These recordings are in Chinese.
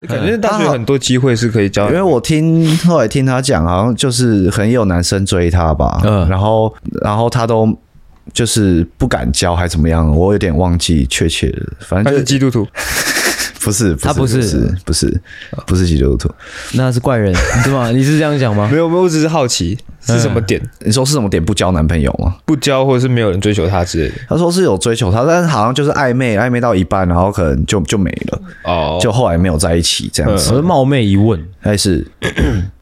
感觉大学很多机会是可以交因为我听后来听他讲，好像就是很有男生追他吧，嗯然后然后他都就是不敢交还怎么样，我有点忘记确切了，反他正是就基督徒，不是他不不是是不是不是基督徒，嗯那是怪 人是吗？你是这样讲吗 没？有没有，我只是好奇是什么点嗯你说是什么点不交男朋友吗？不交，或者是没有人追求他之类的他说是有追求他，但是好像就是暧昧，暧昧到一半，然后可能就就没了，哦，就后来没有在一起这样我子。是冒昧一问，但是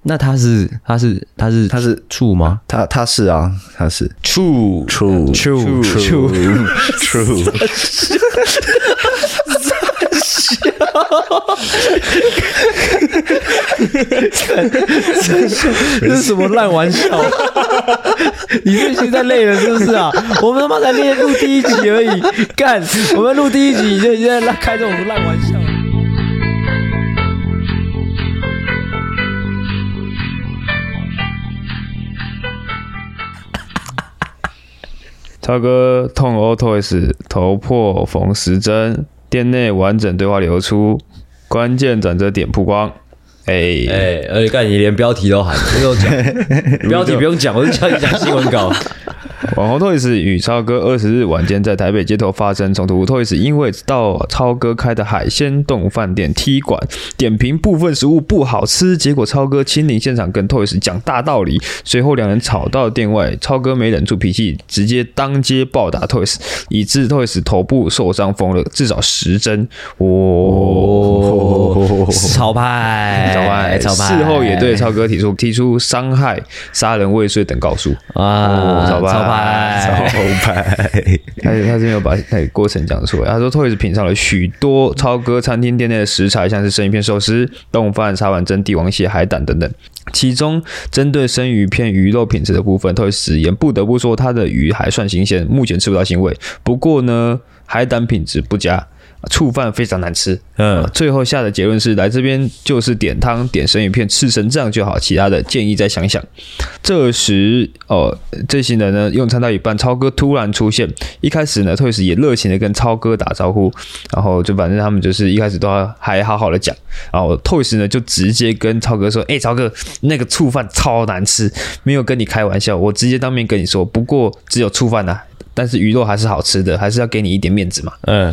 那他是他是他是他是处吗？他他是啊，他是 true true True true true，这是什么烂玩笑？ 你最近在累了是不是啊？我们他妈才练录第一集而已，干！我们录第一集你就已经在那开这种烂玩笑。 超哥痛殴 Toys 头破缝十针，店内完整对话流出，关键转折点曝光。哎、哎，而且干，你连标题都喊，不用 讲，标题不用讲，我就叫你讲新闻 稿。网红 Toys 与超哥二十日晚间在台北街头发生冲突，Toys 因为到超哥开的海鲜冻饭店踢馆，点评部分食物不好吃，结果超哥亲临现场跟 Toys 讲大道理，随后两人吵到店外，超哥没忍住脾气，直接当街暴打 Toys，以致 Toys 头部受伤缝了至少十针。哦，潮派，小白潮派，事后也对超哥提出提出伤害、杀人未遂等告诉，哦啊，潮派潮派，他他是没有把那个过程讲出来。他说，Toys 品尝了许多超哥餐厅店内的食材，像是生鱼片、寿司、冻饭、沙丸蒸、帝王蟹、海胆等等。其中针对生鱼片鱼肉品质的部分，Toys 直言不得不说他的鱼还算新鲜，目前吃不到腥味。不过呢，海胆品质不佳，醋饭非常难吃。呃嗯，最后下的结论是，来这边就是点汤、点生鱼片、吃成这样就好，其他的建议再想想。这时，哦，这行人呢用餐到一半，超哥突然出现。一开始呢，退时也热情的跟超哥打招呼，然后就反正他们就是一开始都还好好的讲，然后退时呢就直接跟超哥说：“哎、超哥，那个醋饭超难吃，没有跟你开玩笑，我直接当面跟你说。不过只有醋饭呐、但是鱼肉还是好吃的，还是要给你一点面子嘛。”哦嗯，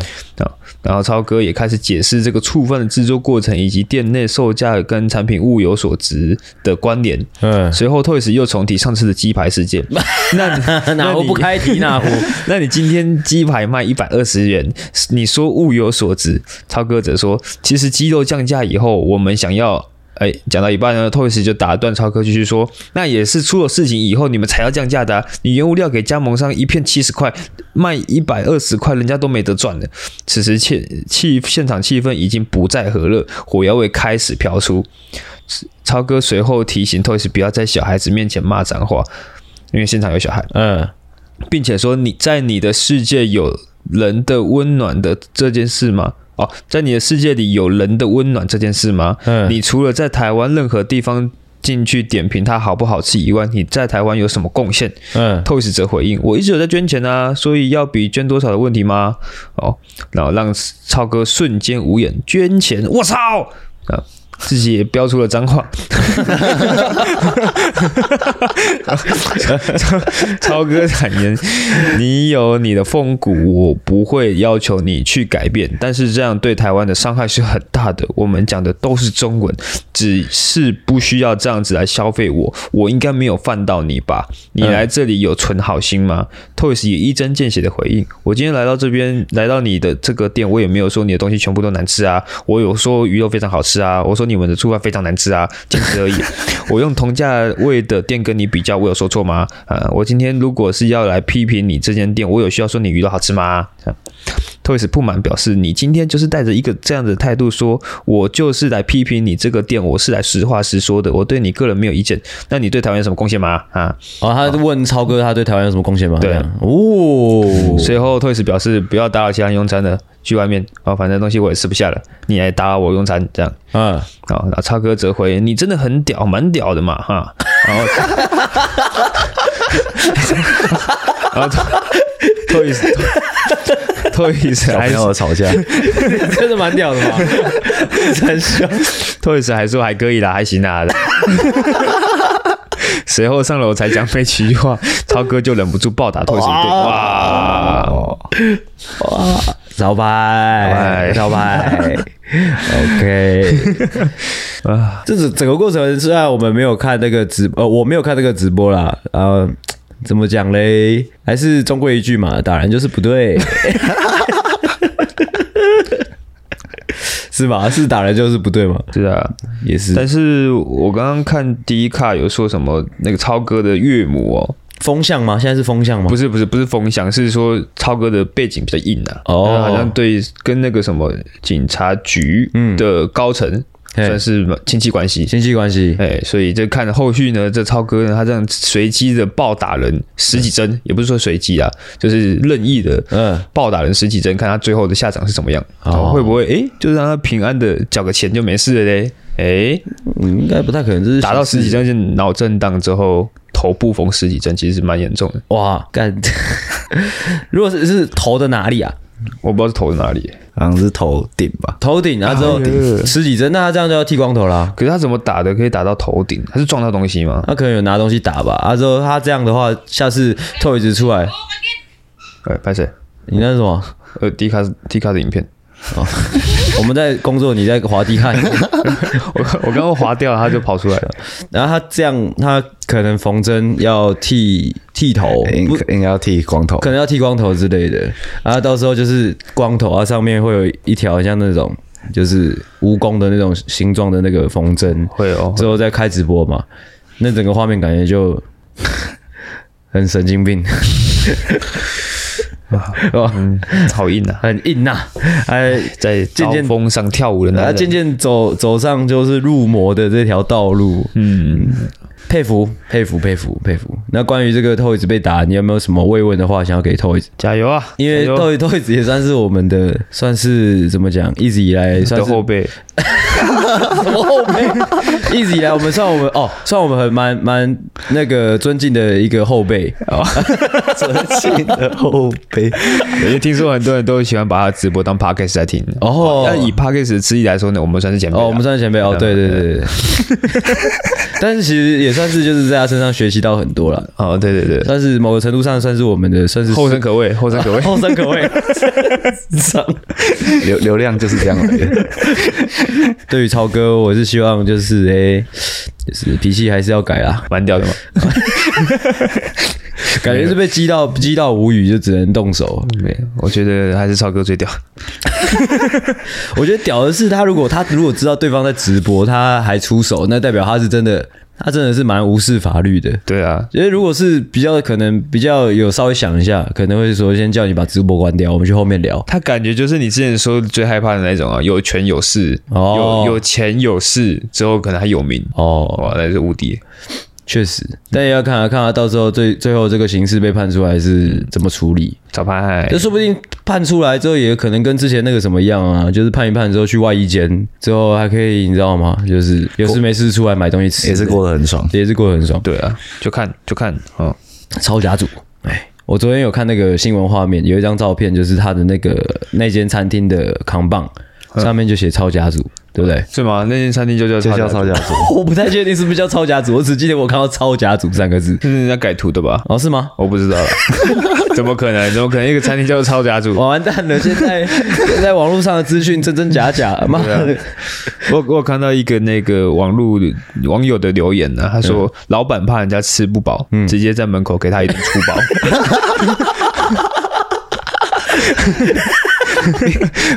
然后超哥也开始解释这个醋饭的制作过程以及店内售价跟产品物有所值的关联。嗯，随后 Toys 又重提上次的鸡排事件。那 哪壶不开提哪壶， 那你今天鸡排卖一百二十元，你说物有所值，超哥则说，其实鸡肉降价以后，我们想要。哎，讲到一半呢，Toys 就打断超哥，继续说：“那也是出了事情以后，你们才要降价的、啊。你原物料给加盟商一片七十块，卖一百二十块，人家都没得赚了。”此时气气现场气氛已经不再和乐，火药味开始飘出。超哥随后提醒 Toys 不要在小孩子面前骂脏话，因为现场有小孩。 嗯，并且说你在你的世界有人的温暖的这件事吗？哦，在你的世界里有人的温暖这件事吗？嗯你除了在台湾任何地方进去点评它好不好吃以外，你在台湾有什么贡献？嗯，透视者回应：“我一直有在捐钱啊，所以要比捐多少的问题吗？”哦，然后让超哥瞬间无言，捐钱，我操啊！自己也飙出了脏话， 超超哥坦言：“你有你的风骨，我不会要求你去改变，但是这样对台湾的伤害是很大的。我们讲的都是中文，只是不需要这样子来消费我，我应该没有犯到你吧？你来这里有存好心吗、t o y s 也一针见血的回应：我今天来到这边，来到你的这个店，我也没有说你的东西全部都难吃啊，我有说鱼肉非常好吃啊，我说你们的醋饭非常难吃啊，仅此而已。我用同价位的店跟你比较，我有说错吗？呃，我今天如果是要来批评你这间店，我有需要说你鱼肉好吃吗？这样 Toys 不满表示，你今天就是带着一个这样的态度说，我就是来批评你这个店，我是来实话实说的，我对你个人没有意见。那你对台湾有什么贡献吗？啊，哦，他问超哥他对啊台湾有什么贡献吗？对这样，哦，随后 Toys 表示不要打扰其他人用餐了，去外面啊、哦，反正东西我也吃不下了，你来打扰我用餐这样。嗯，啊、然后超哥则回你真的很屌，蛮屌的嘛哈。 然后，然后 Toys Toys 小还朋是友吵架， 真的蛮屌的 嘛，真笑。 Toys 还说还可以啦，还行啦的。随后上楼才讲没几句话，超哥就忍不住暴打 Toys 一顿。哇！哦，老白，老老 白，OK，啊，这整整个过程虽然我们没有看那个直，呃，我没有看那个直播啦，呃，怎么讲嘞？还是终归一句嘛，打人就是不对， 是吧？是打人就是不对嘛，是啊，也是但是我刚刚看第一卡有说什么那个超哥的岳母哦，风向吗？现在是风向吗不？是不是不是风向，是说超哥的背景比较硬啊，哦他好像对跟那个什么警察局的高层嗯嘿算是亲戚关系。亲戚关系，哎，所以这看后续呢，这超哥呢，他这样随机的暴打人十几针，也不是说随机啊，就是任意的嗯，暴打人十几针，看他最后的下场是怎么样，哦会不会哎，就让他平安的缴个钱就没事了嘞？哎，嗯应该不太可能，这是打到刑十几事针就脑震荡之后，头部缝十几针，其实蛮严重的。哇，干！ 如果是是头的哪里啊？我不知道是头在哪里，好像是头顶吧，头顶，哎然后之后十几针，那他这样就要剃光头啦。可是他怎么打的可以打到头顶？他是撞到东西吗？他可能有拿东西打吧。啊，之后他这样的话，下次透一直出来，哎，拍谁？你那是什么？呃，迪卡迪卡的影片， 我们在工作，你在滑地看。我我刚刚划掉了，他就跑出 来了。然后他这样，他可能缝针要剃剃头，哎应不哎应该要剃光头可，能要剃光头之类的。然后到时候就是光头啊，上面会有一条像那种就是蜈蚣的那种形状的那个缝针。会哦，之后再开直播嘛，那整个画面感觉就很神 经病，啊哇，好硬啊！很硬呐、哎，在渐刀渐锋上跳舞的啊，男渐人，渐走走上就是入魔的这条道路，嗯，佩服佩服佩服佩服。那关于这个 Toys 被打，你有没有什么慰问的话想要给 Toys？加油啊！因为加油 Toys Toys 也算是我们的，算是怎么讲，一直以来算的是后背，什么后辈？一直以来，我们算我们哦，算我们很蛮蛮那个尊敬的一个后辈哦，折起的后背，因为听说很多人都喜欢把他的直播当 podcast 来听。哦那以 podcast 的资历来说呢，我们算是前辈啊。哦，我们算是前辈哦，对对对对对。但是其实也算是就是在他身上学习到很多了，哦，对对对，算是某个程度上算是我们的算是。后生可畏，后生可畏 后生可畏。流流量就是这样来 的，对于超哥，我是希望就是诶，就是脾气还是要改啦，蛮屌的嘛，感觉是被激到激到无语，就只能动手。对，我觉得还是超哥最屌。 我觉得屌的是他，如果他如果知道对方在直播，他还出手，那代表他是真的，他真的是蛮无视法律的。对啊，因为如果是比较可能比较有稍微想一下，可能会说先叫你把直播关掉，我们去后面聊。他感觉就是你之前说最害怕的那种啊，有权有势，哦有有钱有势之后，可能还有名，哦，哇，那是无敌。确实，但也要看啊看啊，到时候最最后这个刑事被判出来是怎么处理。早拍那说不定判出来之后，也可能跟之前那个什么一样啊，就是判一判之后去外衣间，之后还可以你知道吗？就是有事没事出来买东西吃，也是过得很爽。也是过得很爽。对啊，就看就看哦，超甲组。哎，我昨天有看那个新闻画面，有一张照片，就是他的那个那间餐厅的扛棒嗯上面就写超甲组，对不对？是吗？那间餐厅就叫就叫超吵家架，我不太确定是不是叫超甲组，我只记得我看到超甲组三个字。这是人家改图的吧？哦，是吗？我不知道 了，怎么可能？怎么可能一个餐厅叫做超家族？完蛋 了！现在现在网络上的资讯真真假假，啊妈的！我我有看到一个那个网络网友的留言呢、啊他说老板怕人家吃不饱，直接在门口给他一顿粗 饱。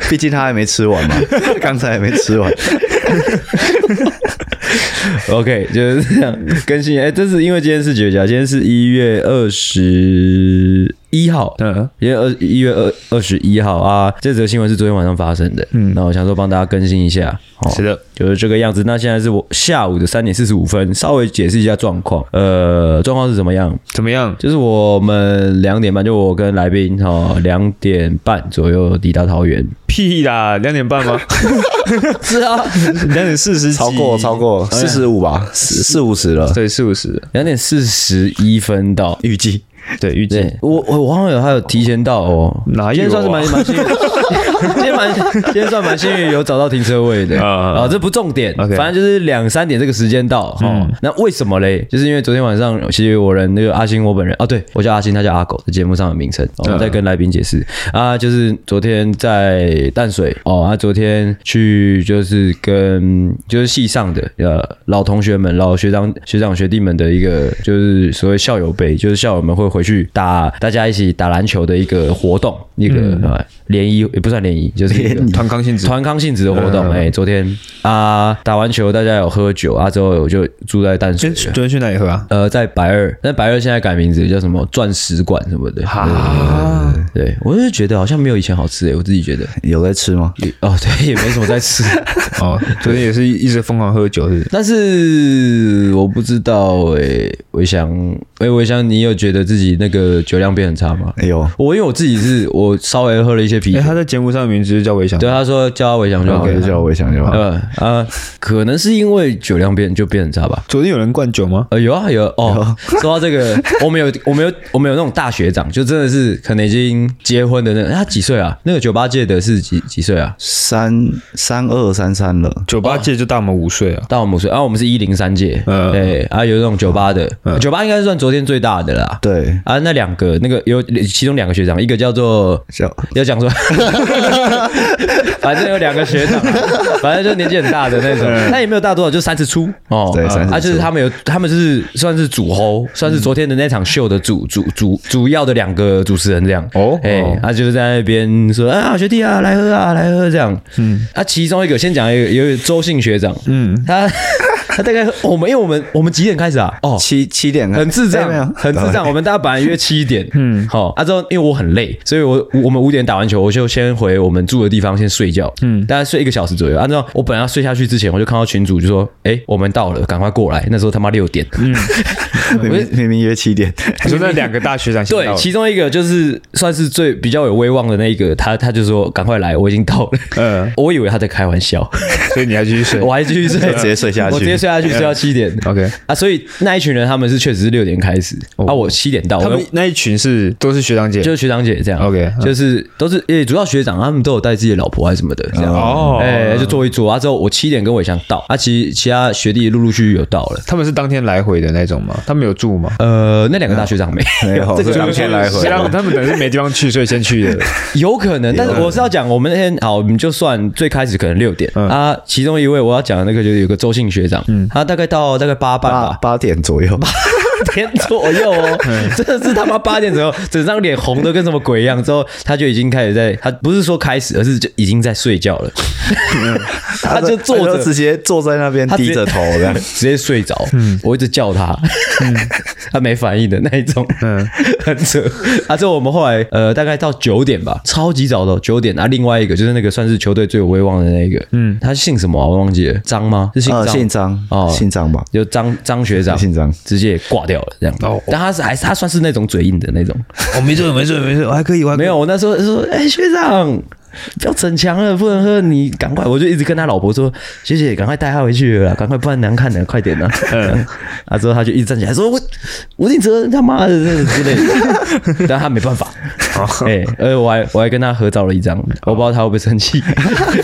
毕竟他还没 吃完嘛，刚才还没吃完， OK，就是这样更新。哎、这是因为今天是绝交，今天是一月二十一号，嗯，因为二一月二二十一号啊，这则新闻是昨天晚上发生的。嗯，那我想说帮大家更新一下。哦是的，就是这个样子。那现在是我下午的三点四十五分，稍微解释一下状况。呃，状况是怎么样？怎么样？就是我们两点半，就我跟来宾哦，两点半左右抵达桃园。屁啦，两点半吗？是啊，两点四十超过超过哦四十五吧，四四五十了，对四五十。两点四十一分到。预计对，预计对我我我好像有还有提前到哦，哪有啊今天算是蛮蛮幸运，今天蛮今天算蛮幸运有找到停车位的啊啊，这不重点， OK 反正就是两三点这个时间到哦。那为什么嘞？就是因为昨天晚上其实我人那个阿星我本人啊，对我叫阿星，他叫阿狗，这节目上的名称，哦我再跟来宾解释啊，就是昨天在淡水哦，啊，昨天去就是跟就是系上的呃老同学们、老学长、学长学弟们的一个就是所谓校友杯，就是校友们会回去打大家一起打篮球的一个活动，一个呃联谊也不算联谊，就是一个团康性质团康性质的活动。哎，昨天啊打完球大家有喝酒啊，之后我就住在淡水昨了。天去哪里喝啊？呃，在白二，但白二现在改名字叫什么钻石馆什么的。啊，对，我就觉得好像没有以前好吃诶、欸我自己觉得。有在吃吗？哦，对，也没 什么在吃， 哦，昨天也是一直疯狂喝酒，是不是但是我不知道欸诶、我想，诶、我想欸你有觉得自己那个酒量变很差吗？哎呦，我因为我自己是我稍微喝了一些啤哎、酒，他在节目上的名字就叫韦翔，对他说叫他伟翔就好我了，就叫我想就好。呃啊，可能是因为酒量变就变很差吧。昨天有人灌酒吗？呃，有啊有啊哦。说到这 个，我们有我们有我们有那种大学长，就真的是可能已经结婚的那他几岁啊？那个酒吧界的是几几岁啊？三三二三三了，酒吧界就大我们五岁啊，到我们五岁啊，我们是一零三届，嗯对啊，有那种酒吧的，酒吧应该是算昨天最大的啦。对，啊，那两个那个有其中两个学长，一个叫做叫要讲 说，反正有两个学长 啊、反正就年纪很大的那种，但也没有大多少，就三十出嗯哦。对30出啊，就是他们有，他们就是算是主吼，算是昨天的那场秀的主主主主要的两个主持人这样。哦哎、哦他就是在那边说啊，学弟啊，来喝啊，来喝这样。嗯，啊，其中一个先讲一个，有一个周姓学长，嗯，他他大概我们因为我们我们几点开始啊？哦，七七点很智障哎 没有，很智障。我们大家本来约七点， 嗯，好，啊之后因为我很累，所以我我们五点打完球，我就先回我们住的地方先睡觉，嗯，大概睡一个小时左右。按、照我本来要睡下去之前，我就看到群主就说，哎、我们到了，赶快过来。那时候他妈六点，嗯，明明明明约七点，你说那两个大学长先 对到，了其中一个就是算是最比较有威望的那一个，他他就说赶快来，我已经到了。 嗯，我以为他在开玩笑，所以你还继续睡我还继续睡，直接睡下去我直接睡下去，睡到七 点。 ？OK，啊，所以那一群人他们是确实是六点开始，哦啊，我七点到，他我们那一群是都是学长姐，就是学长姐这样 OK，嗯就是都是诶，主要学长他们都有带自己的老婆还是什么的这样，哦哎，就坐一坐啊。之后我七点跟伟翔到，啊，其其他学弟陆陆续续有到了，他们是当天来回的那种吗？他们有住吗？呃，那两个大学长没，没有，这个是当天来回是。啊他们等于是没地方去，所以先去 的。 有可能，但是我是要讲，我们那天好，我们就算最开始可能六点啊，其中一位我要讲的那个就是有个周姓学长，他大概到大概八半八吧，八点左右，天左右 哦，嗯真的是他妈八点左右，整张脸红的跟什么鬼一样，之后他就已经开始在，他不是说开始，而是就已经在睡觉 了，他就坐他着就直接坐在那边他直接。低着头这 样嗯直接睡着，我一直叫他， 他没反应的那一种，嗯很扯。啊，这我们后来呃大概到九点吧，超级早的哦九点。啊，另外一个就是那个算是球队最有威望的那一个，嗯，他姓什么啊、我忘记了，张吗？是姓张，呃，姓张哦，姓张吧，就张张学长，姓张直接也挂掉了这样。哦但他是还是他算是那种嘴硬的那种，我哦没事，没事，没事，我还可以，我还没有，我那时候说，哎、学长。不要逞强了，不能喝，你赶快！我就一直跟他老婆说：“学姐，赶快带他回去了啦，赶快，不然难看的，快点啦！”啊，之后 他就一直站起来说：“我吴定哲他妈的之类的。” 但他没办法，哎、而且我还我还跟他合照了一张，我不知道他会不会生气。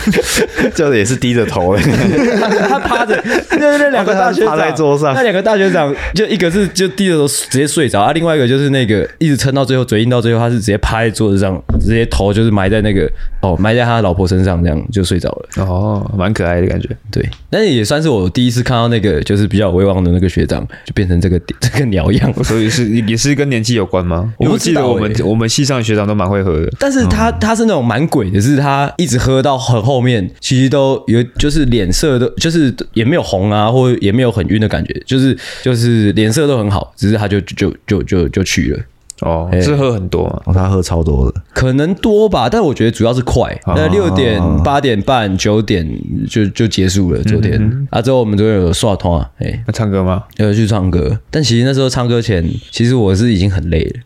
就是也是低着头的。欸 他趴着，那那两个大学长他趴在桌上那两个大学长就一个是就低着头直接睡着，啊，另外一个就是那个一直撑到最后，嘴硬到最后，他是直接趴在桌子上，直接头就是埋在那个哦，埋在他老婆身上，这样就睡着了。哦，蛮可爱的感觉。对，但是也算是我第一次看到那个就是比较有威望的那个学长，就变成这个这个鸟样。所以是也是跟年纪有关吗？我不因为记知得道我们欸我们系上的学长都蛮会喝的。但是他、他是那种蛮鬼的，是他一直喝到很后面，其实都有就是脸色都就是也没有红啊，或也没有很晕的感觉，就是就是脸色都很好，只是他就就就就就去了。哦，哎是喝很多吗？哦，他喝超多的，可能多吧，但我觉得主要是快，那六点、八点半、九点就就结束了。昨天、啊，之后我们昨天有刷通啊，哎、那唱歌吗？要去唱歌，但其实那时候唱歌前，其实我是已经很累 了，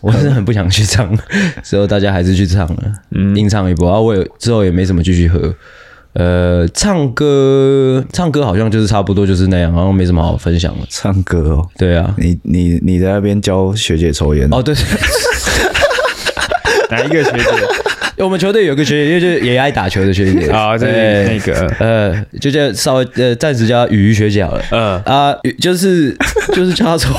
我是很不想去唱，之后大家还是去唱了，嗯，硬唱一波啊。我有之后也没怎么继续喝，呃，唱歌唱歌好像就是差不多就是那样，好像没什么好分享的。唱歌哦。对啊，你你你在那边教学姐抽烟哦对， 对哪一个学姐我们球队有个学姐，因为就是也爱打球的学姐 啊？哎对，那个，呃，就叫稍微呃，暂时叫她雨雨学姐好了。嗯，啊、雨就是就是叫她抽，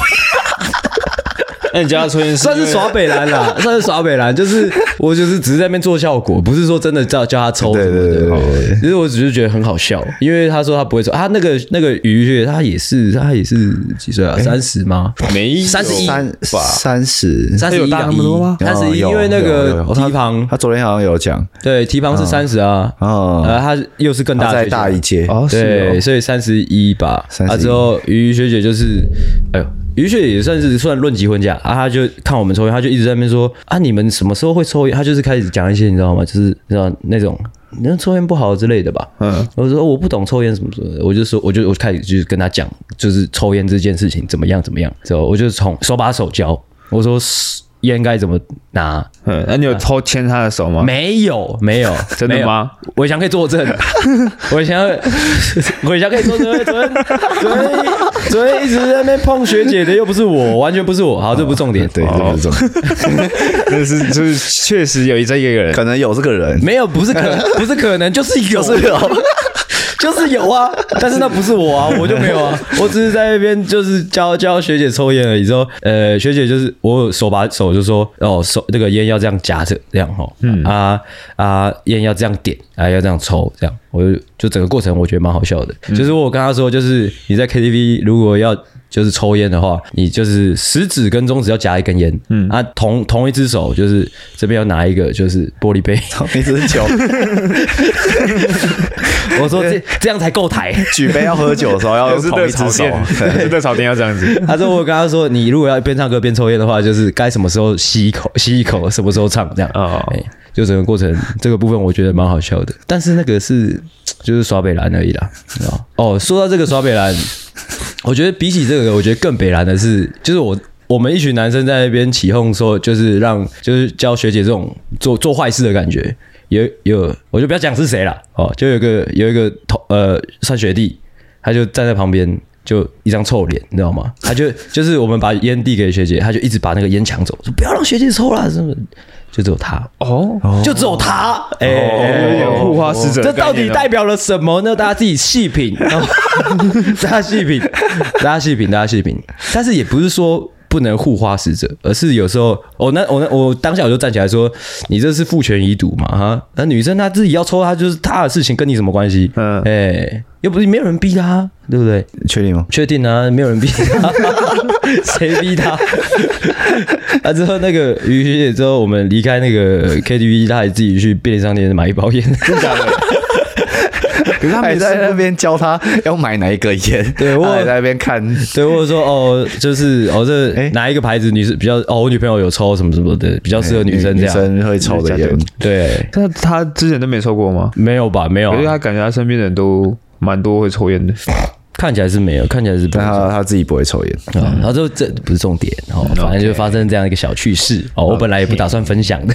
那你叫他抽烟算是耍北兰啦，算是耍北兰，就是我就是只是在那边做效果，不是说真的叫叫她抽什对么的。对对对对对，其实我只是觉得很好笑，因为她说她不会抽，啊，那个那个雨雨学姐她也是她也是几岁啊？三十吗？没31三三十，三十一大那么多吗三十一，哦有因为那有有个有提旁，他昨天好像有讲对提旁是三十啊，哦呃，他又是更大他的在学校大一届，哦，是对，哦所以三十一吧。 31啊，之后于学姐就是，哎呦，于学姐也算是算论及婚嫁啊。她就看我们抽烟，她就一直在那边说啊，你们什么时候会抽烟？她就是开始讲一些你知道吗？就是你知道啊那种。那抽烟不好之类的吧，嗯，我说我不懂抽烟什么什么的，我就说我就我开始就是跟她讲，就是抽烟这件事情怎么样怎么样，之后我就从手把手教，我说烟该怎么拿，嗯，那你有偷牵他的手吗？没有，没 有，真的吗没有？我以前可以 作证，我以前，我以前可以作证，昨天昨天昨天一直在那边碰学姐的，又不是我，完全不是我。好，这不是重点，对，哦这种 那是就是确实有这一个人，可能有这个人，没有，不是可，不是可能，就是有，是有，就是有啊。但是那不是我啊，我就没有啊，我只是在那边就是教教学姐抽烟而已。之后，呃，学姐就是我有手把手就说，哦，手那个烟要这样夹着，这样哦，啊啊，烟要这样点，啊要这样抽，这样，我就就整个过程我觉得蛮好笑的。就是我跟她说，就是你在 KTV 如果要就是抽烟的话，你就是食指跟中指要夹一根烟，嗯啊，同同一只手就是这边要拿一个就是玻璃杯， 一直酒 我说这这样才够抬。举杯要喝酒的时候要也用是同对一草只手， 甸，是对草甸要这样子。 他说我跟他说，你如果要边唱歌边抽烟的话，就是该什么时候吸一口 吸一口，什么时候唱这样。哦哦，就整个过程这个部分我觉得蛮好笑的，但是那个是就是耍北兰而已啦。你知道吗哦，说到这个耍北兰， 我觉得比起这个，我觉得更北兰的是，就是我。我们一群男生在那边起哄说，就是让就是教学姐这种做做坏事的感觉，有有，我就不要讲是谁了哦，就有一个有一个同呃算学弟，他就站在旁边，就一张臭脸，你知道吗？他就就是我们把烟递给学姐，他就一直把那个烟抢走，说不要让学姐抽啦，什么的，就只有他，哦，就只有他， 哎、有点护哦花使者这的概念到哦，底代表了什么呢？大家自己 细品，然后大家细品，大家细品，大家细品。但是也不是说不能护花使者，而是有时候，我、那哦我那我当下我就站起来说：“你这是父权遗毒嘛？哈，那女生她自己要抽，她就是她的事情，跟你什么关系？嗯嗯，哎、又不是没有人逼她，对不对？你 确定吗？确定啊，没有人逼他， 谁逼他？啊，之后那个于学姐之后，我们离开那个 KTV，她还自己去便利商店买一包烟。可是他们还哎在那边教他要买哪一个烟，对我他还在那边看，对，我说哦，就是哦，这哪一个牌子女士比较？哦，我女朋友有抽什么什么的，比较适合女生这女样。生会抽的烟，对，他他之前都没抽过吗？没有吧？没有可是啊、他感觉他身边的人都蛮多会抽烟的。看起来是没有，看起来是不但会他他自己不会抽烟。啊，然后就这不是重点哦，嗯反正就发生这样一个小趣事哦。我本来也不打算分享 的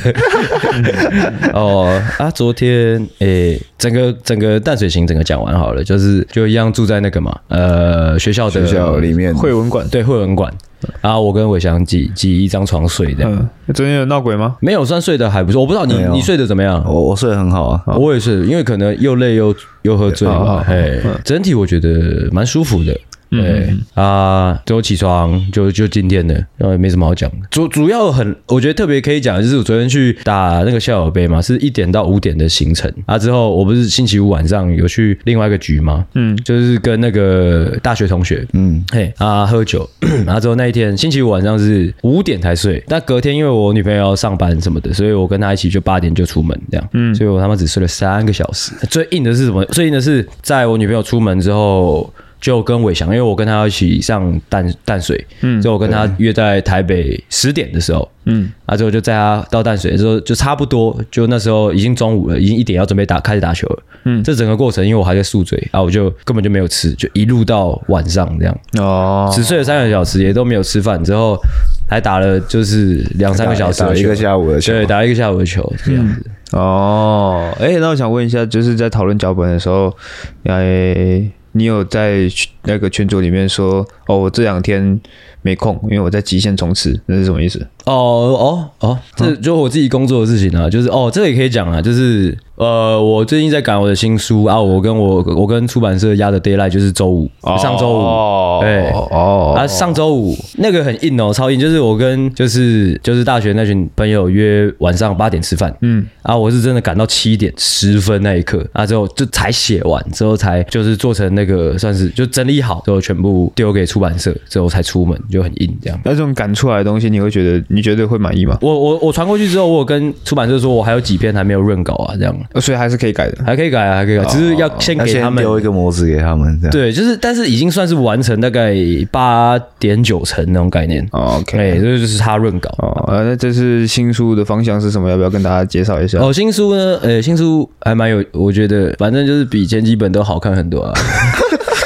哦啊，昨天诶，整个整个淡水行整个讲完好了，就是就一样住在那个嘛呃学校的学校里面会文馆，对惠文馆，然后我跟伟翔挤挤一张床睡的，嗯，昨天有闹鬼吗？没有算睡得还不错，我不知道你没有你睡得怎么样。我我睡得很好啊，我也是，因为可能又累又又喝醉哦嘛，哎，嗯整体我觉得蛮舒服的。对啊，最后起床就就今天的，然后也没什么好讲的。主主要很，我觉得特别可以讲，的就是我昨天去打那个校友杯嘛，是一点到五点的行程啊。之后我不是星期五晚上有去另外一个局吗？嗯，就是跟那个大学同学，嗯，嘿啊，喝酒， 然后之后那一天星期五晚上是五点才睡，但隔天因为我女朋友要上班什么的，所以我跟她一起就八点就出门这样，嗯，所以我他妈只睡了三个小时。 最硬的是什么？最硬的是在我女朋友出门之后。就跟伟翔，因为我跟他一起上淡淡水，嗯，所以我跟他约在台北十点的时候，嗯，啊之后就在他到淡水的时候就差不多，就那时候已经中午了，已经一点要准备打开始打球了，嗯，这整个过程因为我还在宿醉啊，我就根本就没有吃，就一路到晚上这样，哦，只睡了三个小时，也都没有吃饭，之后还打了就是两三个小时打的了球，嗯一个下午的球对，打了一个下午的球这样子。哦，哎、那我想问一下，就是在讨论脚本的时候，哎、你有在群那个群组里面说，哦，我这两天没空，因为我在极限冲刺，那是什么意思？哦哦哦，这就我自己工作的事情啊，就是哦，这也可以讲啊，就是呃，我最近在赶我的新书啊，我跟我我跟出版社压的 d a y l i g h t 就是周五，上周五。哦，对哦，啊，上周五那个很硬哦，超硬，就是我跟就是就是大学那群朋友约晚上八点吃饭，嗯，啊，我是真的赶到七点十分那一刻，啊，之后就才写完，之后才就是做成那个算是就整理好，之后全部丢给出版社，之后才出门，就很硬这样。那这种赶出来的东西，你会觉得你觉得会满意吗？我我我传过去之后，我有跟出版社说，我还有几篇还没有润稿啊，这样呃所以还是可以改的。还可以改啊，还可以改，只是要先哦要给他先们。留一个模子给他们，这样。对，就是，但是已经算是完成大概八点九成那种概念。哦 OK，哎，这就是他润稿。哦，呃那这是新书的方向是什么？要不要跟大家介绍一下？哦，新书呢？呃，新书还蛮有，我觉得反正就是比前几本都好看很多啊。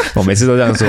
我每次都这样说。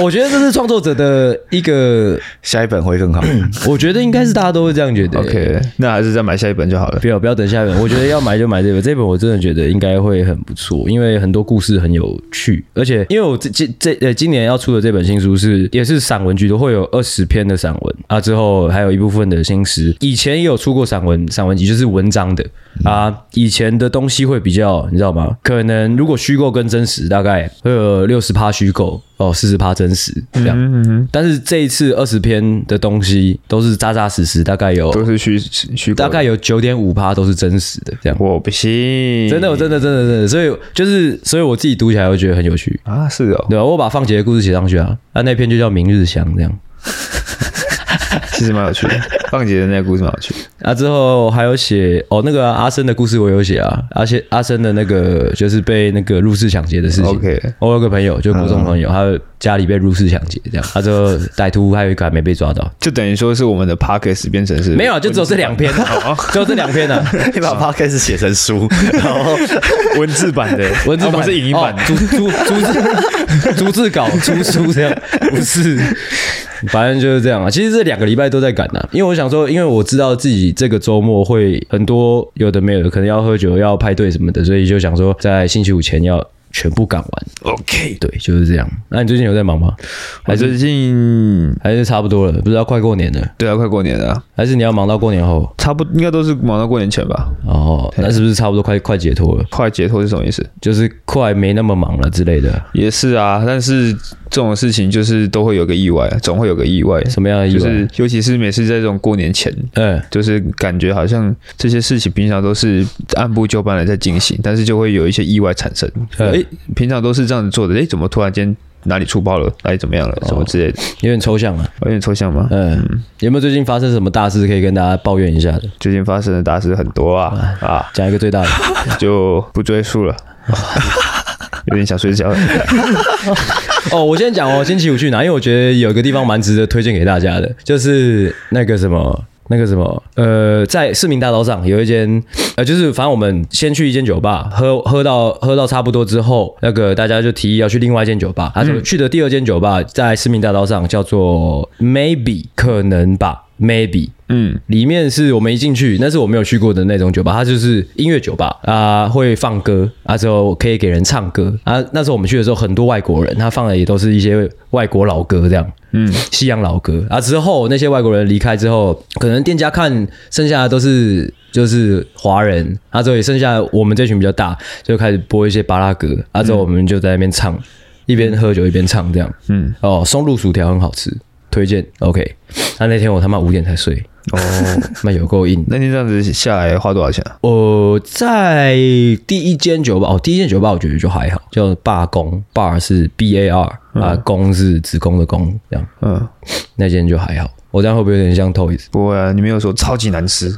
我觉得这是创作者的一个，下一本 会更好。我觉得应该是大家都会这样觉得。 OK，那还是再买下一本就好了。不要不要等下一本，我觉得要买就买这本，这本我真的觉得应该会很不错，因为很多故事很有趣，而且因为我这这这呃今年要出的这本新书是也是散文居多，会有二十篇的散文啊，之后还有一部分的新诗，以前也有出过散文散文集，就是文章的啊，以前的东西会比较你知道吗？可能如果虚构跟真实大概会有六十趴虚构哦，四十趴真实这样，但是这一次二十篇的东西都是扎扎实实，大概有都是虚虚构的大概有九点五趴都是真实的，这样。我不信，真的，我真的，真的，真的，所以就是，所以我自己读起来会觉得很有趣，啊，是哦，对吧、我把放杰的故事写上去啊，啊，那篇就叫《明日香》这样，其实蛮有趣 的。放姐的那个故事蛮有趣的，啊，之后还有写哦，那个啊、阿生的故事我有写啊，阿且阿生的那个就是被那个入室抢劫的事情 OK 我有个朋友，就国中朋友，他家里被入室抢劫这样，啊，之后歹徒还有一个还没被抓到，就等于说是我们的 Pockets 变成是没有啊，就只有这两篇、啊，只有这两篇啊。你把 podcast 写成书， 然后文字版的， 文字啊我版们是影音版哦，，逐逐逐字逐字稿出书这样，不是，反正就是这样啊。其实这两个礼拜都在赶啊，因为我想说，因为我知道自己这个周末会很多有的没有的，可能要喝酒、要派对什么的，所以就想说在星期五前要全部赶完。OK，对，就是这样。那你最近有在忙吗？我还是最近还是差不多了？不知道快过年了，对啊，快过年了啊，还是你要忙到过年后？差不应该都是忙到过年前吧？哦，啊那是不是差不多快快解脱了？快解脱是什么意思？就是快没那么忙了之类的？也是啊，但是这种事情就是都会有个意外，啊总会有个意外，什么样的意就外？是尤其是每次在这种过年前，嗯。就是感觉好像这些事情平常都是按部就班的在进行，但是就会有一些意外产生。哎、嗯平常都是这样子做的，哎、怎么突然间哪里粗暴了，哪里怎么样了，什么之类的，哦有点抽象啊。有点抽象吗？嗯，有没有最近发生什么大事可以跟大家抱怨一下的？最近发生的大事很多啊哎啊，讲一个最大的。就不赘述了，有点想睡觉了。 哦，我先讲哦，星期五去哪？因为我觉得有一个地方蛮值得推荐给大家的，就是那个什么。那个什么，呃，在市民大道上有一间，呃，就是反正我们先去一间酒吧，喝喝到喝到差不多之后，那个大家就提议要去另外一间酒吧，他就去的第二间酒吧在市民大道上，叫做 Maybe 可能吧，Maybe，嗯，里面是我没进去，那是我没有去过的那种酒吧，它就是音乐酒吧啊、会放歌啊，之后可以给人唱歌啊。那时候我们去的时候，很多外国人，他放的也都是一些外国老歌这样，嗯，西洋老歌啊。之后那些外国人离开之后，可能店家看剩下的都是就是华人啊，之后也剩下我们这群比较大，就开始播一些巴拉歌啊，之后我们就在那边唱，一边喝酒一边唱这样，嗯，哦，松露薯条很好吃。推荐，OK。那那天我他妈五点才睡，哦，那有够硬。那天这样子下来花多少钱啊？我在第一间酒吧，哦，第一间酒吧我觉得就还好，叫罢工，bar 是 B A R 啊，工是子宫的宫，这样嗯，那间就还好。我这样会不会有点像 Toys？不会啊，你没有说超级难吃。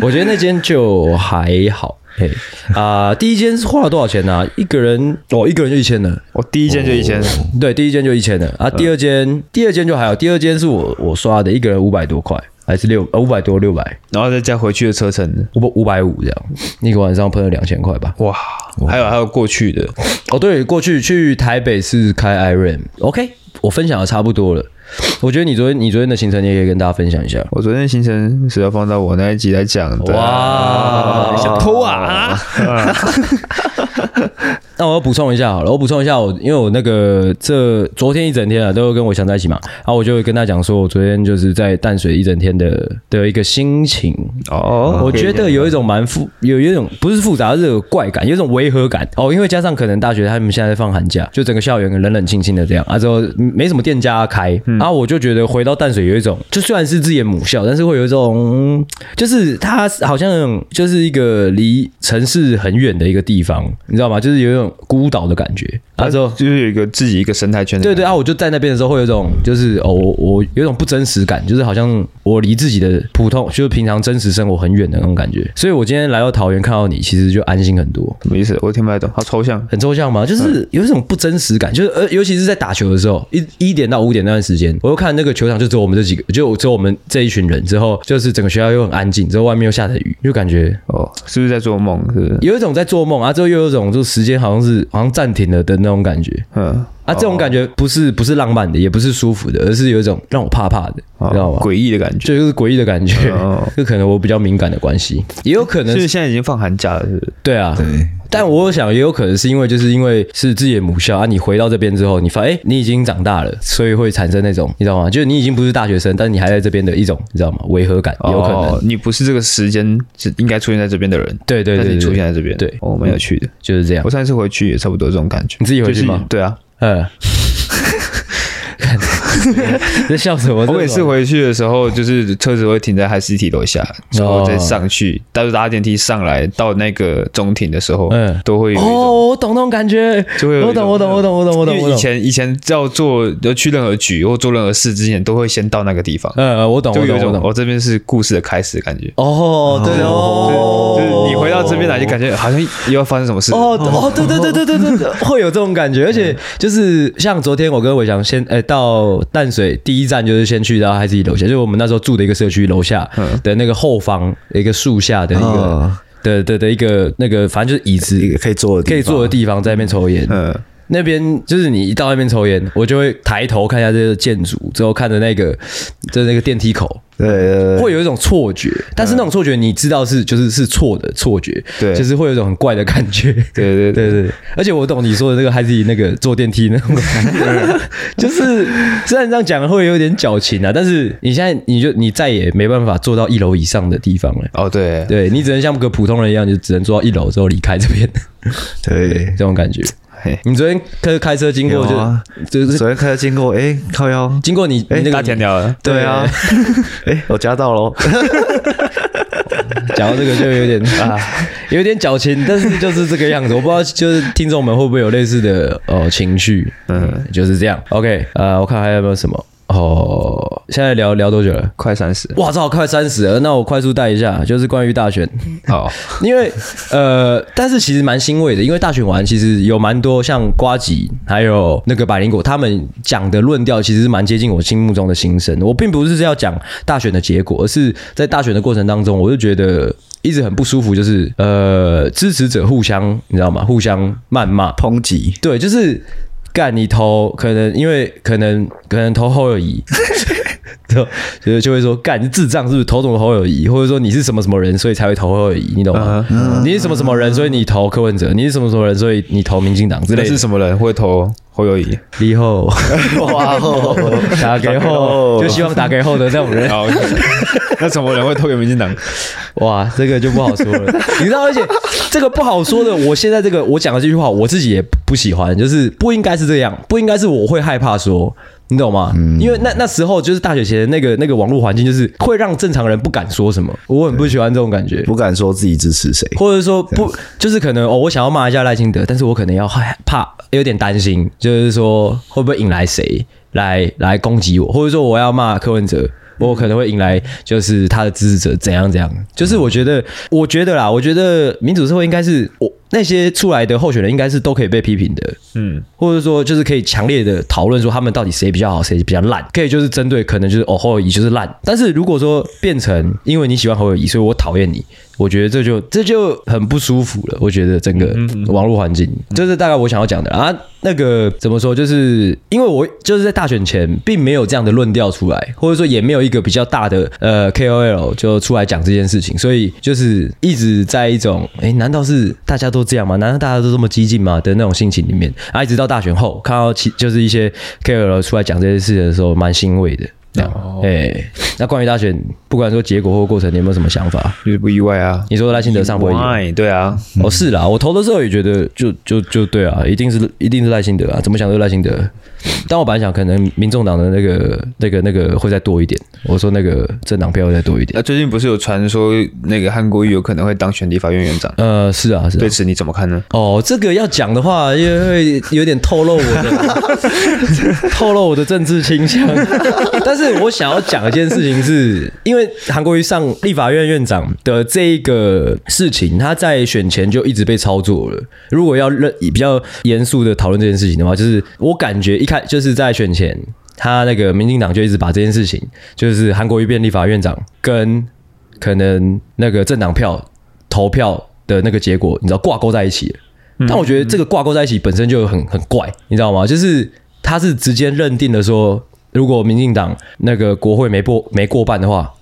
我觉得那间就还好。嘿啊、第一间是花了多少钱呢、一个人哦，一个人就一千了。我第一间就一千，对，第一间就一千了啊，第二间、第二间就还好，第二间是我我刷的，一个人五百多块，还是六呃五百多六百然后再加回去的车程，五五百五这样，一个晚上喷了两千块吧。哇，还有还有过去的，哦，对，过去去台北是开 i r o n o k 我分享的差不多了。我觉得你昨天你昨天的行程你也可以跟大家分享一下。我昨天行程是要放到我那一集来讲的。啊哇想偷啊！ 那我要补充一下好了，我补充一下我，因为我那个这昨天一整天啊，都跟我想在一起嘛，然后我就跟他讲说，我昨天就是在淡水一整天的的一个心情，哦，我觉得有一种蛮复，有有一种不是复杂，是有怪感，有一种违和感哦。因为加上可能大学他们现在在放寒假，就整个校园冷冷清清的这样啊，之后没什么店家开、啊，我就觉得回到淡水有一种，就虽然是自己的母校，但是会有一种，嗯就是它好像就是一个离城市很远的一个地方，你知道吗？就是有一种孤岛的感觉哎啊，之后。就是有一个自己一个生态圈的对感觉。对啊，我就在那边的时候会有一种，就是哦，我我有一种不真实感，就是好像我离自己的普通，就是平常真实生活很远的那种感觉。所以我今天来到桃园看到你，其实就安心很多。什么意思？我听不太懂，好抽象。很抽象吗？就是有一种不真实感，就是呃，尤其是在打球的时候，一一点到五点那段时间，我又看那个球场就只有我们这几个，就只有我们这一群人，之后就是整个学校又很安静，之后外面又下着雨，就感觉哦，是不是在做梦？是不是？有一种在做梦啊，之后又有一种就是时间好像是好像暂停了的那种感觉。嗯，啊，这种感觉不是不是浪漫的，也不是舒服的，而是有一种让我怕怕的，哦你知道吗？诡异的感觉。就就是诡异的感觉 哦，就可能我比较敏感的关系，也有可能是是现在已经放寒假了，是不是？对啊。对，但我想，也有可能是因为，就是因为是自己的母校啊，你回到这边之后，你发现哎、你已经长大了，所以会产生那种，你知道吗？就是你已经不是大学生，但你还在这边的一种，你知道吗？违和感，有可能，哦你不是这个时间是应该出现在这边的人，对对但是对你出对现对，在这边，对哦，蛮有趣的。就是这样我。上一次回去也差不多这种感觉。你自己回去吗就是对啊，嗯， 看 你在笑什么？ 我每次回去的时候，就是车子会停在海市体楼下，哦然后再上去，但是搭电梯上来到那个中庭的时候，嗯都会有一种。哦，我懂那种感觉，就会有一种我懂，我懂，我懂，我懂，我懂，因我为以懂。前以前要做要去任何局或做任何事之前，都会先到那个地方，呃，我懂，就我有一懂，种我懂。哦，这边是故事的开始的感觉。哦，对哦，就是你回到这边来，就感觉好像又要发生什么事。哦哦，对对对对对 对，会有这种感觉，而嗯且就是像昨天我跟伟翔先诶、到淡水第一站就是先去到海自己楼下，就是我们那时候住的一个社区楼下嗯的那个后方一个树下的一个哦嗯的的的一个那个，反正就是椅一子个可以做的地可以坐的地方，在那边抽烟。嗯，那边就是你一到那边抽烟，我就会抬头看一下这个建筑，之后看着那个就是那个电梯口，对对对对，会有一种错觉，但是那种错觉你知道是就是是错的错觉，对就是会有一种很怪的感觉。 对对对对，对而且我懂你说的那个孩子那个坐电梯那 种感觉，就是虽然这样讲会有点矫情啊，但是你现在你就你再也没办法坐到一楼以上的地方了。哦对，对你只能像个普通人一样，就只能坐到一楼之后离开这边，对这。种感觉嘿。你昨天开开车经过有啊就就是昨天开车经过，哎，靠腰，经过你你那大个田聊了，对 啊，哎，我加到喽，讲到这个就有点啊， 有点矫情，但是就是这个样子。我不知道，就是听众们会不会有类似的呃情绪，嗯，就是这样。OK，呃，我看还有没有什么哦，现在聊聊多久了？快三十哇操，快三十了，那我快速带一下，就是关于大选，哦， 因为呃，但是其实蛮欣慰的，因为大选完其实有蛮多像瓜吉还有那个百灵果他们讲的论调，其实是蛮接近我心目中的心声。我并不是要讲大选的结果，而是在大选的过程当中，我就觉得。一直很不舒服，就是呃，支持者互相，你知道吗？互相谩骂，抨击，对，就是干你投，可能因为可能可能投侯友谊，就就就会说干你智障是不是投什么侯友谊，或者说你是什么什么人，所以才会投侯友谊，你懂吗？你是什么什么人，所以你投柯文哲，你是什么什么人，所以你投民进党之 那类是的。什么人会投侯友谊？以 后哇哦，打给后，就希望打给后的那种人。好， 那什么人会投给民进党？ 哇，这个就不好说了，你知道，而且这个不好说的，我现在这个我讲的这句话，我自己也不喜欢，就是不应该是这样，不应该是我会害怕说，你懂吗？因为那那时候就是大学前的那个那个网络环境，就是会让正常人不敢说什么，我很不喜欢这种感觉。不敢说自己支持谁，或者说不，就是可能哦，我想要骂一下赖清德，但是我可能要害怕，有点担心，就是说会不会引来谁来来攻击我，或者说我要骂柯文哲，我可能会引来就是他的支持者怎样怎样。就是我觉得，我觉得啦，我觉得民主社会应该是我那些出来的候选人应该是都可以被批评的，嗯，或者说就是可以强烈的讨论说他们到底谁比较好，谁比较烂，可以就是针对可能就是哦侯友谊就是烂，但是如果说变成因为你喜欢侯友谊，所以我讨厌你，我觉得这就这就很不舒服了。我觉得整个网络环境，这是大概我想要讲的啊。那个怎么说，就是因为我就是在大选前并没有这样的论调出来，或者说也没有一个比较大的呃 KOL 就出来讲这件事情，所以就是一直在一种哎，诶难道是大家都这样吗？难道大家都这么激进吗？的那种心情里面，啊，一直到大选后看到其就是一些 KOL 出来讲这些事情的时候，蛮欣慰的。这样，哎、那关于大选，不管说结果或过程，你有没有什么想法？就是不意外啊。你说赖清德上不会赢？ Why？对啊，哦，是啦，我投的时候也觉得就就就对啊，一定是一定是赖幸德啊，怎么想都是赖幸德。但我本来想，可能民众党的那个那个那个会再多一点，我说那个政党票会再多一那点。最近不是有传说那个韩国瑜有可能会当选立法院院长？呃，是啊，是啊对。此你怎么看呢？哦，这个要讲的话，因为会有点透露我的透露我的政治倾向。但是我想要讲一件事情是，因为韩国瑜上立法院院长的这一个事情，他在选前就一直被操作了。如果要认以比较严肃的讨论这件事情的话，就是我感觉一开就是在选前，他那个民进党就一直把这件事情，就是韩国瑜变立法院长跟可能那个政党票投票的那个结果，你知道挂钩在一起了。但我觉得这个挂钩在一起本身就很很怪，你知道吗？就是他是直接认定了说，如果民进党那个国会没过没过半的话，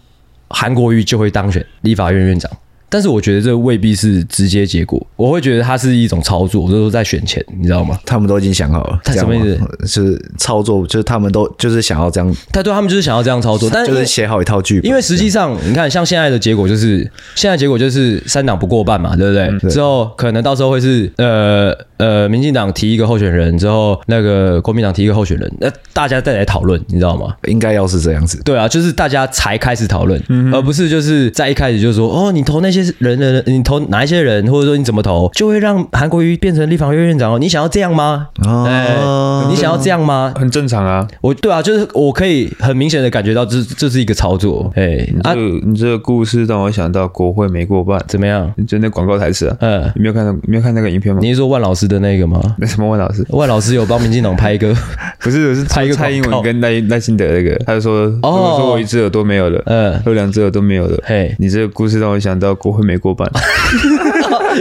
韩国瑜就会当选立法院院长。但是我觉得这未必是直接结果，我会觉得它是一种操作，就是在选前，你知道吗？他们都已经想好了，他什么这样意吗？就是操作，就是他们都就是想要这样，他对他们就是想要这样操作，但就是写好一套剧本，因为实际上，你看，像现在的结果就是，现在结果就是三党不过半嘛，对不对？之后可能到时候会是呃呃，民进党提一个候选人，之后那个国民党提一个候选人，那、大家再来讨论，你知道吗？应该要是这样子。对啊，就是大家才开始讨论，而不是就是在一开始就说哦，你投那些人的人，你投哪一些人，或者说你怎么投，就会让韩国瑜变成立法院院长哦。你想要这样吗？哎哦，你想要这样吗？很正常啊，我对啊，就是我可以很明显的感觉到这这是一个操作，哎、你啊这，个你这个故事让我想到国会没过半，怎么样？就那广告台词啊，嗯，你没有看到你没有看那个影片吗你？是说万老师的那个吗？那什么万老师？万老师有帮民进党拍一个，不是，是拍一个蔡英广告文跟赖赖清德那个，他就说，如果说我一只耳朵没有了，嗯，有两只耳朵没有了，嘿，你这个故事让我想到国会没过半，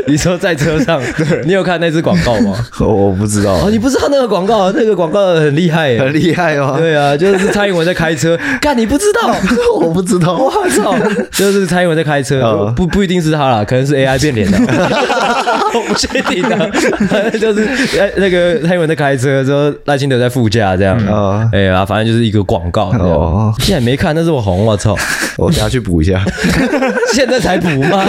你说在车 上，你有看那支广告吗？我我不知道 哦，，你不知道那个广告，那个广告很厉害耶。很厉害哦。对啊，就是蔡英文在开 车，干你不知道，我不知道，我操， 就是蔡英文在开 车哦，不不一定是他啦，可能是 AI 变 脸的，我不确定啊，反正就是呃那个蔡英文在开车，之后赖清德在副驾这样，哦哎呀，反正就是一个广告，哦哦，现在没看，但是我红，我操。 我等下去补 一下。现在才补吗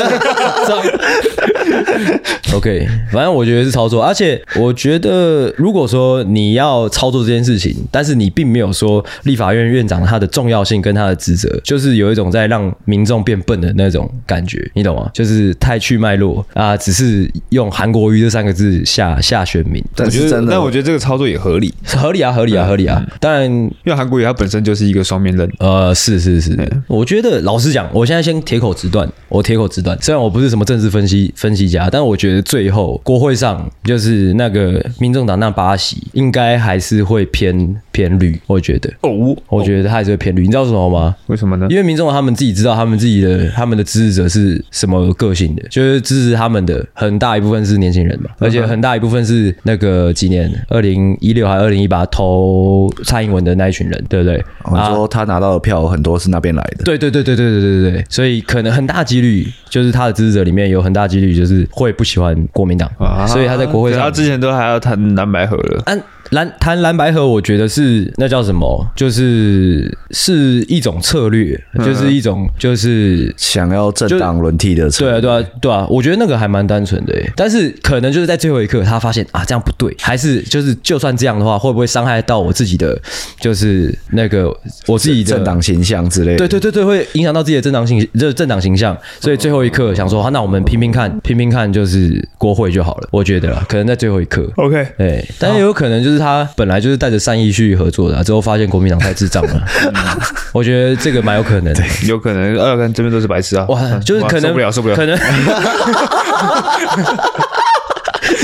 ？OK，反正我觉得是操作，而且我觉得，如果说你要操作这件事情，但是你并没有说立法院院长他的重要性跟他的职责，就是有一种在让民众变笨的那种感觉，你懂吗？就是太去脉络啊，只是用韩国瑜这三个字吓吓选民，但我觉是嗯得真的，但我觉得这个操作也合理，合理啊，合理啊，合理啊。当然，因为韩国瑜他本身就是一个双面刃，呃，是是是，我觉得老实讲，我现在先铁口直断，我铁口直断。虽然我不是什么政治分析分析家，但我觉得最后国会上就是那个民众党那八席，应该还是会偏偏绿。我觉得，哦，我觉得他还是会偏绿。你知道为什么吗？为什么呢？因为民众党他们自己知道他们自己的他们的支持者是什么个性的，就是支持他们的很大一部分是年轻人嘛，而且很大一部分是那个几年二零一六还二零一八投蔡英文的那一群人，对不对？我说他拿到的票很多是那边来的，啊对对对对对对对对对，所以可能很大几率就是他的支持者里面有很大几率就是会不喜欢国民党，啊所以他在国会对他上。之前都还要谈蓝白河了，安蓝谈蓝白河，我觉得是那叫什么？就是是一种策略，嗯就是一种就是想要政党轮替的车，对啊，对啊，对啊，我觉得那个还蛮单纯的耶，但是可能就是在最后一刻，他发现啊，这样不对，还是就是就算这样的话，会不会伤害到我自己的，就是那个我自己的政党形象之类的。对对对对，会影响到自己的政党形，就是政党形象。所以最后一刻想说，啊那我们拼拼看，拼拼看，就是国会就好了。我觉得啦，可能在最后一刻。 OK，对，但也有可能就是他本来就是带着善意去合作的啊、之后发现国民党太智障了。嗯我觉得这个蛮有可能的。有可能呃二跟这边都是白痴啊，哇，就是哇可能 受不了受不了可，能。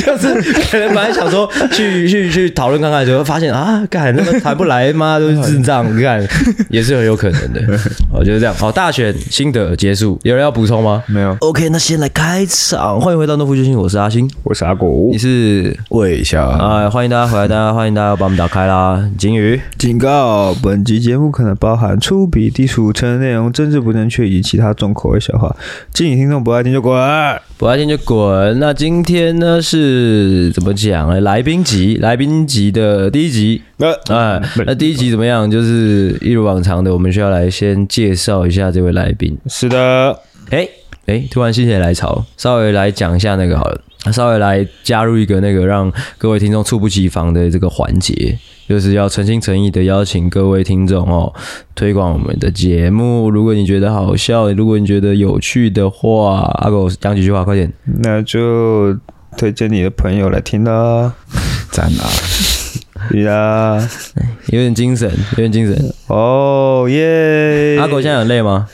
就是可能本来想说去去去讨论看看，结果发现啊，干那么谈不来， 妈都是智障，干也是很有可能的。我觉得这样。好，大选心得结束，有人要补充吗没有， ？OK，那先来开场，欢迎回到诺夫救星，我是阿星，我是阿狗你。是喂一下，啊、欢迎大家回来，大家欢迎大家把我们打开啦，金鱼。警告：本集节目可能包含粗鄙、低俗、成人内容、政治不正确以及其他重口味笑话，建议听众不爱听就滚。不爱听就滚。那今天呢是怎么讲呢？来宾集，来宾集的第一集。那哎，那第一集怎么样？就是一如往常的，我们需要来先介绍一下这位来宾。是的，哎哎，突然心血来潮，稍微来讲一下那个好了，稍微来加入一个那个让各位听众猝不及防的这个环节，就是要诚心诚意的邀请各位听众哦，推广我们的节目。如果你觉得好笑，如果你觉得有趣的话，阿狗讲几句话，快点。那就推荐你的朋友来听啦。赞啊！ 呀，有点精神，有点精神。哦耶！阿狗现在很累吗？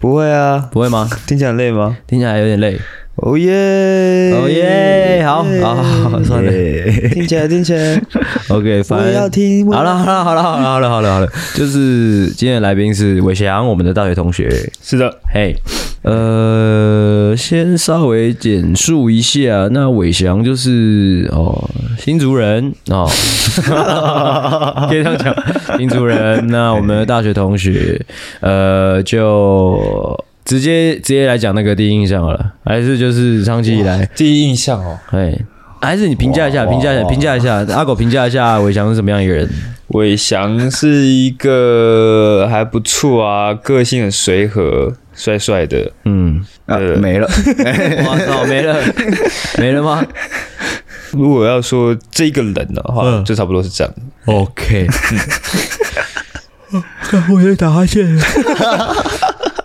不会啊，不会吗？听起来累吗？Oh 听起来有点累。哦耶！哦呃耶，好好好好，算了。听起来，听起来， OK，呃我反也要正听。我也好了，好了，好了，好了，好了，好了，好了。就是今天的来宾是韦翔，我们的大学同学。是的，嘿、呃，先稍微简述一下，那韦翔就是哦，新竹人哦， 可以这样讲，新竹人。那我们的大学同学，呃，就直接直接来讲那个第一印象好了，还是就是长期以来，第一印象哦，哎，还是你评价一下，哇评价一下，哇评价一下，阿狗评价一下韦翔是什么样一个人？伟翔是一个呃还不错啊，个性很随和，帅帅的。嗯，啊呃 没了，哇操，没了， 没了吗如果要说这个人的话，嗯就差不多是这样。 ？OK，我哦又打哈欠 了。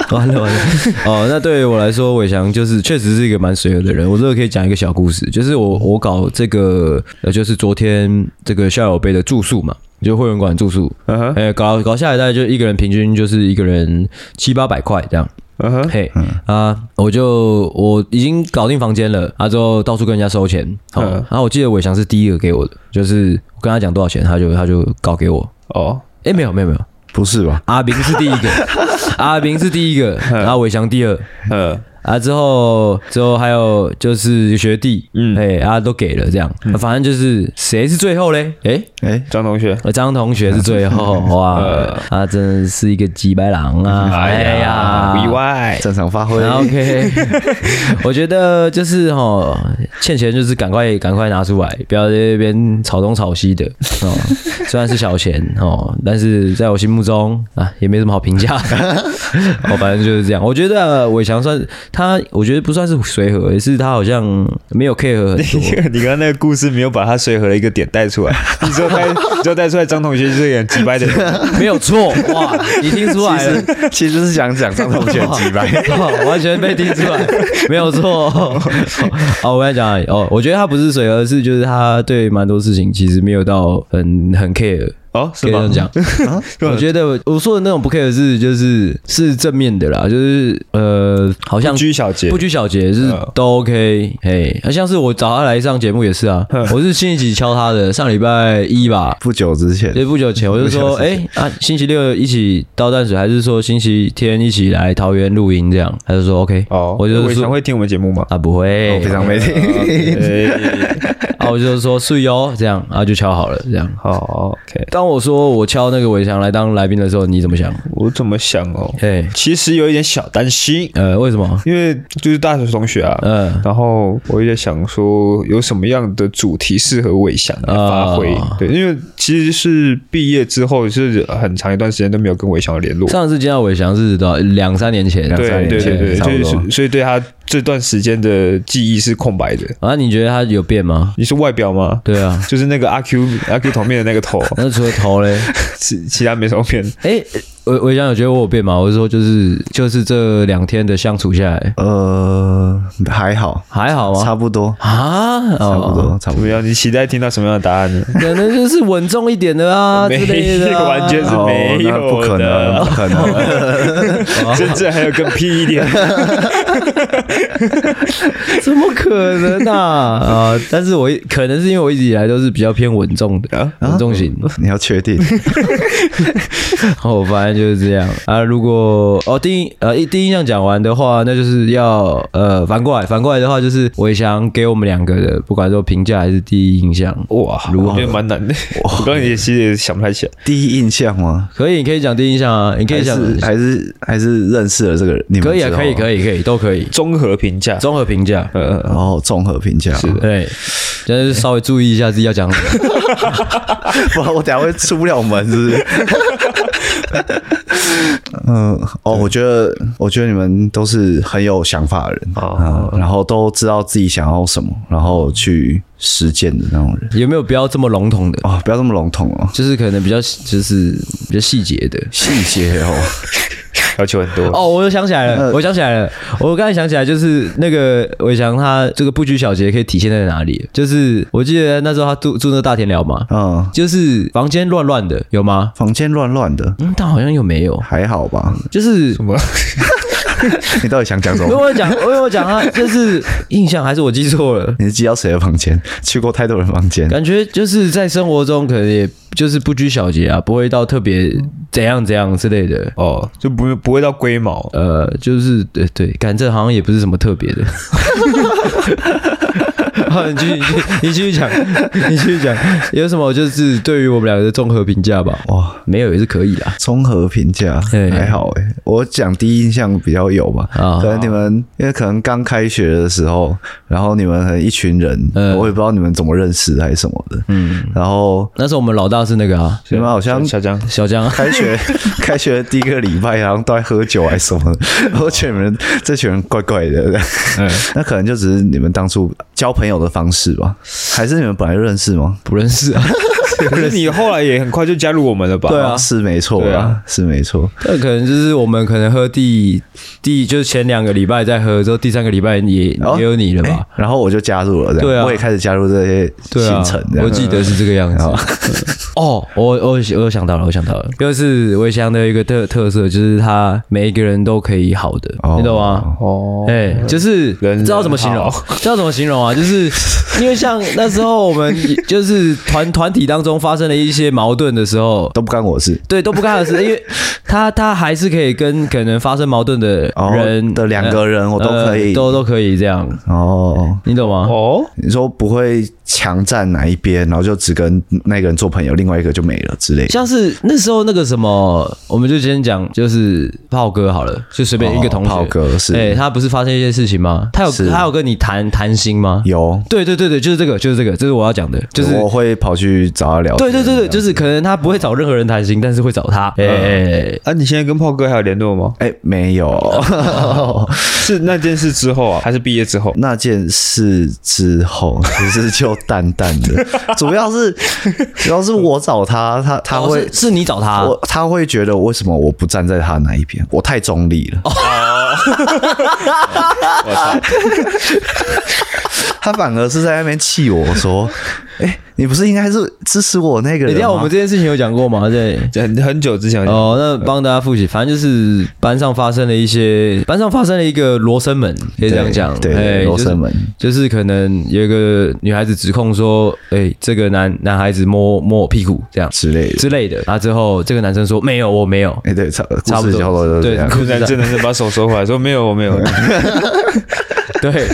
完了完了，哦，那对于我来说，伟翔就是确实是一个蛮随和的人。我这个可以讲一个小故事，就是我我搞这个呃，就是昨天这个校友杯的住宿嘛，就会员馆住宿，嗯哼，哎、搞搞下来大概就一个人平均就是一个人七八百块这样。嗯哼，嘿啊，我就我已经搞定房间了，啊之后到处跟人家收钱，哦，嗯然后我记得伟翔是第一个给我的，就是我跟他讲多少钱，他就他就搞给我，哦，诶，没有没有没有，不是吧？阿明是第一个， 阿明是第一个，然后伟翔第二，嗯啊，之后之后还有就是学弟，嗯，嗯哎、啊都给了这样，啊反正就是谁是最后嘞？哎、哎，张同学，呃张同学是最 后，哇，啊，真的是一个几白狼啊！哎呀，不意哎外。正常发挥。然后 OK，我觉得就是哦，欠钱就是赶快赶快拿出来，不要在那边吵东吵西的哦。虽然是小钱哦，但是在我心目中啊，也没什么好评价。哦，反正就是这样。我觉得伟强算他，我觉得不算是随和，也是他好像没有 care 很多。你刚刚那个故事没有把他随和的一个点带 出来，你只有带，你只有带出来张同学就是演击败的人。没有错哇！你听出来了，其实是想讲上同学击 败， 哦完全被听出来，没有错。哦，我跟你讲，哦，我觉得他不是水，而是就是他对蛮多事情其实没有到很很 care。哦，可是啊以这吗样？讲，我觉得我说的那种不 care 是就是是正面的啦，就是呃，好像不拘小节不，拘小节是嗯都 OK，嘿，啊像是我找他来上节目也是嗯啊，我是星期几敲他的，上礼拜一吧，不久之前，对，不久前我就说，哎、啊，星期六一起到淡水，还是说星期天一起来桃园露营这样？他就说 OK，哦，我就伟翔说会听我们节目吗？啊不会，我非常没听。哎 啊我就说是哟这样，啊然后就敲好了这样。好，OK，当我说我敲那个围墙来当来宾的时候，你怎么想？我怎么想哦？嘿，其实有一点小担心，呃，为什么？因为就是大学同学啊，嗯、然后我也在想说，有什么样的主题适合伟翔来发挥？啊对，因为其实是毕业之后是很长一段时间都没有跟伟翔联络。上次见到伟翔是多少？两三年前，两对对三年对前对，差就不多。是所以对他这段时间的记忆是空白的。啊，你觉得他有变吗？你是外表吗？对啊， 就是那个阿 Q 阿 Q 头面的那个头，那除了头嘞，其其他没什么变。哎、我我想有觉得我有变嘛？我是说，就是就是这两天的相处下来，呃，还好，还好吗？差不多，啊，差不哦，多，差怎不多么。样？你期待听到什么样的答案呢？可能就是稳重一点的 啊没之类的啊，完全是哦没有那不可的能，不可 能，甚至还有更屁一点。怎么可能啊？ 啊！但是我一可能是因为我一直以来都是比较偏稳重的，稳重型。 你要确定。然后我反正就是这样啊。如果哦，第一呃一第一印象讲完的话，那就是要呃反过来，反过来的话就是我也想给我们两个的，不管说评价还是第一印象， 哇，如我何觉得蛮难的。我刚刚也其实也想不太起来。第一印象吗？可以，你可以讲第一印象啊，你可还以讲，是还是还是认识了这个人？你们可以啊，可以，可以。以，可以，都可以，综合评 价，综合评价。呃，然后哦综合评价，啊是的，对，但是稍微注意一下自己要讲什 么。不然我等下会出不了门，是不是？ 嗯，哦，我觉得，我觉得你们都是很有想法的人哦啊、然后都知道自己想要什么，然后去实践的那种人有没有不要这么笼统的？哦，不要这么笼统哦，就是可能比较就是比较细节的。细节哦，要求很多。哦，我又想起来了，我想起来了，我刚才想起来就是那个伟翔他这个布局小节可以体现在哪里？就是我记得那时候他住住那大田寮嘛，嗯，就是房间乱乱的，有吗？房间乱乱的，嗯，但好像又没有，还好吧？ 就是。什么？你到底想讲什跟 么？我 讲，我跟我讲，他就是印象还是我记错了，你是寄到谁的房间？去过太多人房间，感觉就是在生活中可能也就是不拘小节啊，不会到特别怎样怎样之类的。哦，就不不会到龟毛。呃，就是对对，感这好像也不是什么特别的。 好，你继续，你继续讲，你继续讲，有什么就是对于我们两个的综合评价吧？哇，没有也是可以啦。综合评价对还好诶、我讲第一印象比较有吧。啊可能你们因为可能刚开学的时候，然后你们可能一群人，嗯我也不知道你们怎么认识还是什么的。嗯，然后那时候我们老大是那个啊，你们好像小江，小江啊，开 学开学的第一个礼拜，然后都在喝酒还是什么哦的，我觉得你们这群人怪怪的。嗯， 那可能就只是你们当初交朋友的方式吧，还是你们本来就认识吗？不认识啊，可是 你后来也很快就加入我们了吧？对啊是没错对啦啊，是没错。那可能就是我们可能喝第第就是前两个礼拜在喝，之后第三个礼拜也哦也有你了吧？然后我就加入了，这样对啊我也开始加入这些对啊行程，这，样我记得是这个样子。哦，我我我有想到了，我想到了，就是魏翔的一个特特色，就是他每一个人都可以好的，哦你懂吗？哦，哎、就是人知道怎么形容人好，知道怎么形容啊？就是因为像那时候我们就是团团体当中发生了一些矛盾的时候，都不干我事。对，都不干他的事，因为他他还是可以跟可能发生矛盾的哦人、的两个人我都可以呃都都可以这样，哦，你懂吗？哦，你说不会强占哪一边，然后就只跟那个人做朋友，另外一个就没了之类的。像是那时候那个什么，我们就先讲，就是炮哥好了，就随便一个同学。哦炮哥是哎、他不是发生一些事情吗？他有是他有跟你谈谈心吗？。有，哦对对对对，就是这个，就是这个，这是我要讲的，就是。我会跑去找他聊对天。对对对，就是可能他不会找任何人谈心，但是会找他。哎、呃啊，你现在跟炮哥还有联络吗？哎、没有 是那件事之后啊，还是毕业之后？那件事之后，其实就淡淡的，主要是主要是我找他，他他哦会、是是你找他，我他会觉得为什么我不站在他那一边，我太中立哦 了。 他反而是在那边气我说：“哎、你不是应该是支持我那个等一人下吗？”我们这件事情有讲过吗？对。很很久之前有讲哦，那帮大家复习，反正就是班上发生了一些，班上发生了一个罗生门，可以这样讲，对对哎罗生门就是，就是可能有一个女孩子指控说，哎、这个男男孩子摸摸我屁股这样之类的。之类的，啊之后这个男生说没有，我没有，哎、对，差差不多故事交流都是这样对柯南真的是把手收回来，说没有，我没有。对，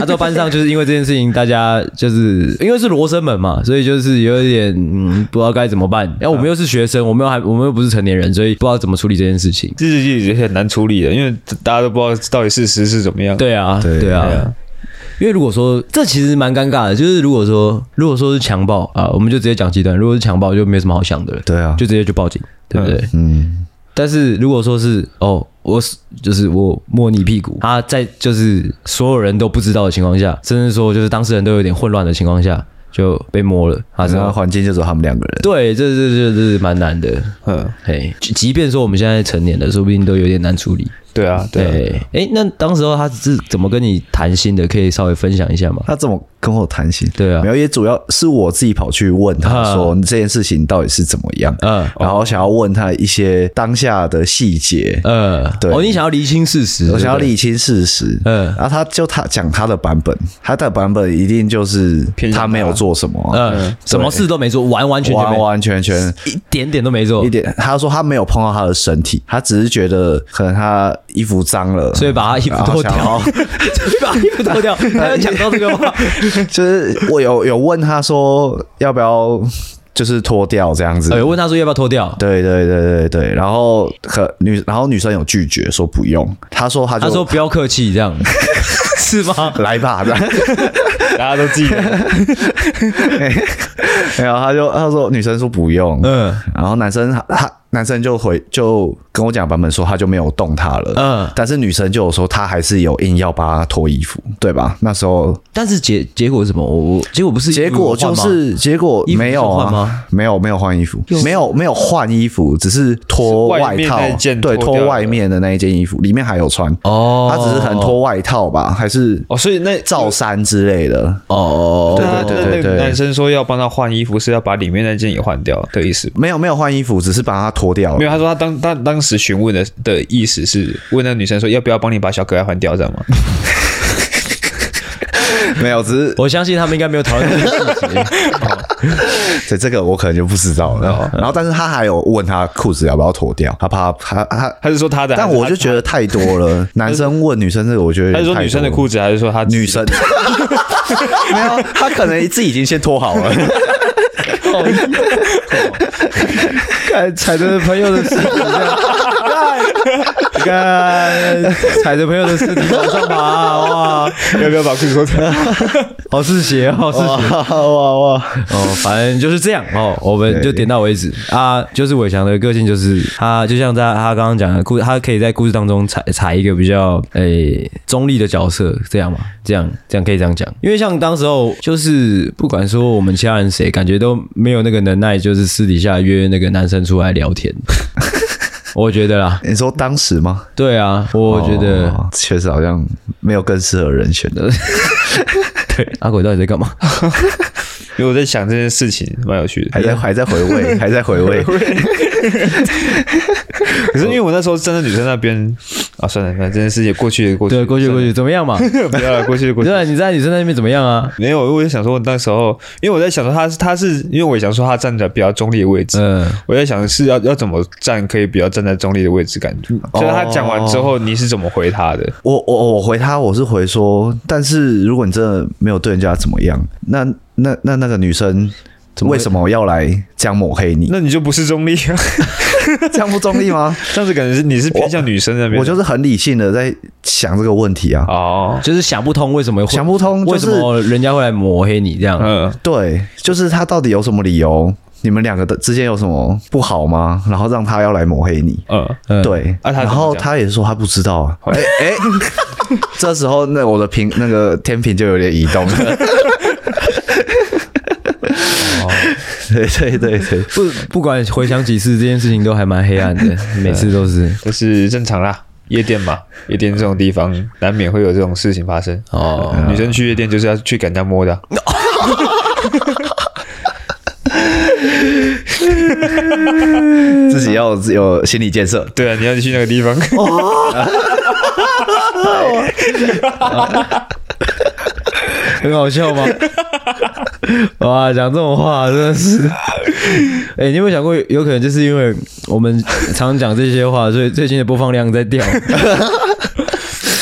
啊之后班上就是因为这件事情，大家就是因为是罗生门嘛，所以就是有一点嗯不知道该怎么办，然、后我们又是学生，我们又还我们又不是成年人，所以不知道怎么处理这件事情。这日记也很难处理的，因为大家都不知道到底事实是怎么样。，对啊，对对对啊啊。因为如果说这其实蛮尴尬的，就是如果说如果说是强暴啊，我们就直接讲极端；如果是强暴，就没什么好想的了，对啊，就直接就报警，对不对？嗯，但是如果说是哦，我是就是我摸你屁股，啊他在就是所有人都不知道的情况下，甚至说就是当事人都有点混乱的情况下，就被摸了，他知然后道。环境就只有他们两个人。对，这这这这是蛮难的。嗯，嘿，即即便说我们现在成年了，说不定都有点难处理。对啊，对啊对啊对，哎，那当时候他是怎么跟你谈心的？可以稍微分享一下吗？他怎么跟我谈心？对啊没有，也主要是我自己跑去问他啊说这件事情到底是怎么样，嗯然后想要问他一些当下的细节，呃，对哦，你想要厘清事实，我想要对不对理清事实。嗯然后他就他讲他的版本，他的版本一定就是偏向他没有做什么啊，嗯，什么事都没做，完完全全完没完全全。一点点都没做一，点，他说他没有碰到他的身体，他只是觉得可能他衣服脏了，所以把他衣服然后脱啊想要掉， 所以把衣服脱掉。他要讲到这个吗？ 就是我有有问他说要不要就是脱掉这样子，哎，问他说要不要脱掉，对对对对对，然后可女，然后女生有拒绝说不用，她说她就他说不要客气，这样是吗？ 来吧，这样大家都记得，然后她就她说女生说不用，嗯然后男生他男生就回就跟我讲版本说他就没有动她了，嗯，但是女生就有说她还是有硬要帮她脱衣服，对吧？那时候但是结结果是什么？我我结果不是结果就衣服换吗是结果衣服没有是换啊吗，没有没有换衣服，没有没有换衣服，只是脱是外外面套那一，件对，脱脱掉外了面的那一件衣服，里面还有穿。哦，他只是可能脱外套吧，还是哦，所以那罩衫之类的。哦，对那对那那对对哦个对男生说要帮他换衣服，是要把里面那件也换掉的意思吗。没有没有换衣服，只是把它脱掉没了。有，他说他当他当时询问的的意思是问那女生说要不要帮你把小可爱换掉，这 样吗？没有，只是我相信他们应该没有讨论这个事情。对这个我可能就不知道了。然后，但是他还有问他裤子要不要脱掉，他怕他他，他是说他的，但还是我他就觉得太多 了。男生问女生这个，我觉得他是说太女多生的了裤子，还是说他女生 没有，他可能自己已经先脱好 了。看踩着朋友的尸体这样，看踩着朋友的尸体往上爬，哇，要不要把裤子脱掉？哦好是邪，好是邪。 哇哇！哦，反正就是这样哦，我们就点到为止啊。就是伟翔的个性，就是他就像在他刚刚讲的故，他可以在故事当中采采一个比较诶、中立的角色，这样嘛，这样这样可以这样讲。因为像当时候就是不管说我们其他人谁，感觉都没有那个能耐，就是私底下约那个男生出来聊天。 我觉得啦，你说当时吗？对啊，我觉得、哦确实好像没有更适合人选 的。对阿鬼到底在干嘛？因为我在想这件事情蛮有趣的，还在还在回味，还在回味。可是因为我那时候站在女生那边 啊，算了，反正这件事情过去也过去， 对，过去过去怎么样 嘛？去，不要了，过去 就过去对。啊，你在女生那边怎么样啊？没有，我就想说那时候，因为我在想说他是他是因为我想说他站在比较中立的位置，嗯、我在想是要要怎么站可以比较站在中立的位置，感觉。就是他讲完之后，你是怎么回他的？我我我回他，我是回说，但是如果你真的没有对人家怎么样，那那那那个女生为什么要来这样抹黑你？ 那你就不是中 立啊，这样不中立吗？这样子感觉是你是偏向女生那边的。我就是很理性的在想这个问题啊，哦，就是想不通为什么会想不通就为什是么人家会来抹黑你这样？嗯，对，就是他到底有什么理由？你们两个的之间有什么不好吗？然后让他要来抹黑你？嗯，嗯，对，啊他怎么然后讲他也说他不知道啊。哎哎、这时候那我的平那个天平就有点移动了。 对对对对，不不管回想几次，这件事情都还蛮黑暗 的，每次都是这是正常啦。夜店嘛，夜店这种地方难免会有这种事情发生。嗯哦。女生去夜店就是要去给人家摸的啊、自己要有有心理建设。对啊，你要去那个地方。 很好笑 吗？哇，讲这种话真的是， 哎、你有没有想过，有可能就是因为我们常讲这些话，所以最近的播放量在掉。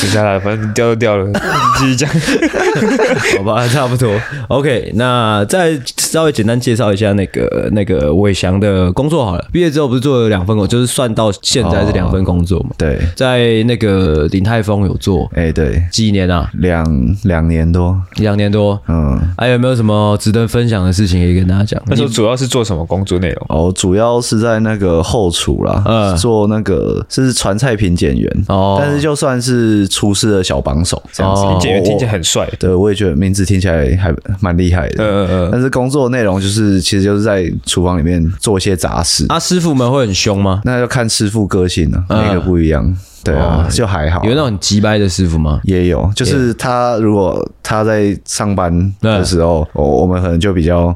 没下来，反正掉都 掉了，你继续讲。 好吧，差不多。OK，那再稍微简单介绍一下那个那个伟翔的工作好了。毕业之后不是做了两份工，就是算到现在是两份工作嘛。对，在那个鼎泰丰有做哎、对，几年啊，两两年多，两年多。嗯，还、有没有什么值得分享的事情可以跟大家讲？那时候主要是做什么工作内容？哦，主要是在那个后厨啦，嗯呃做那个是传菜品检员。哦，但是就算是出师的小帮手这样子。林解元听起来来，很帅。对我也觉得名字听起来还蛮厉害的。嗯嗯嗯，但是工作内容就是，其实就是在厨房里面做一些杂事。啊，师傅们会很凶吗？那要看师傅个性了、啊嗯每个不一样。对啊，哦就还好。有那种很急掰的师傅吗？也有，就是他如果他在上班的时候，我我们可能就比较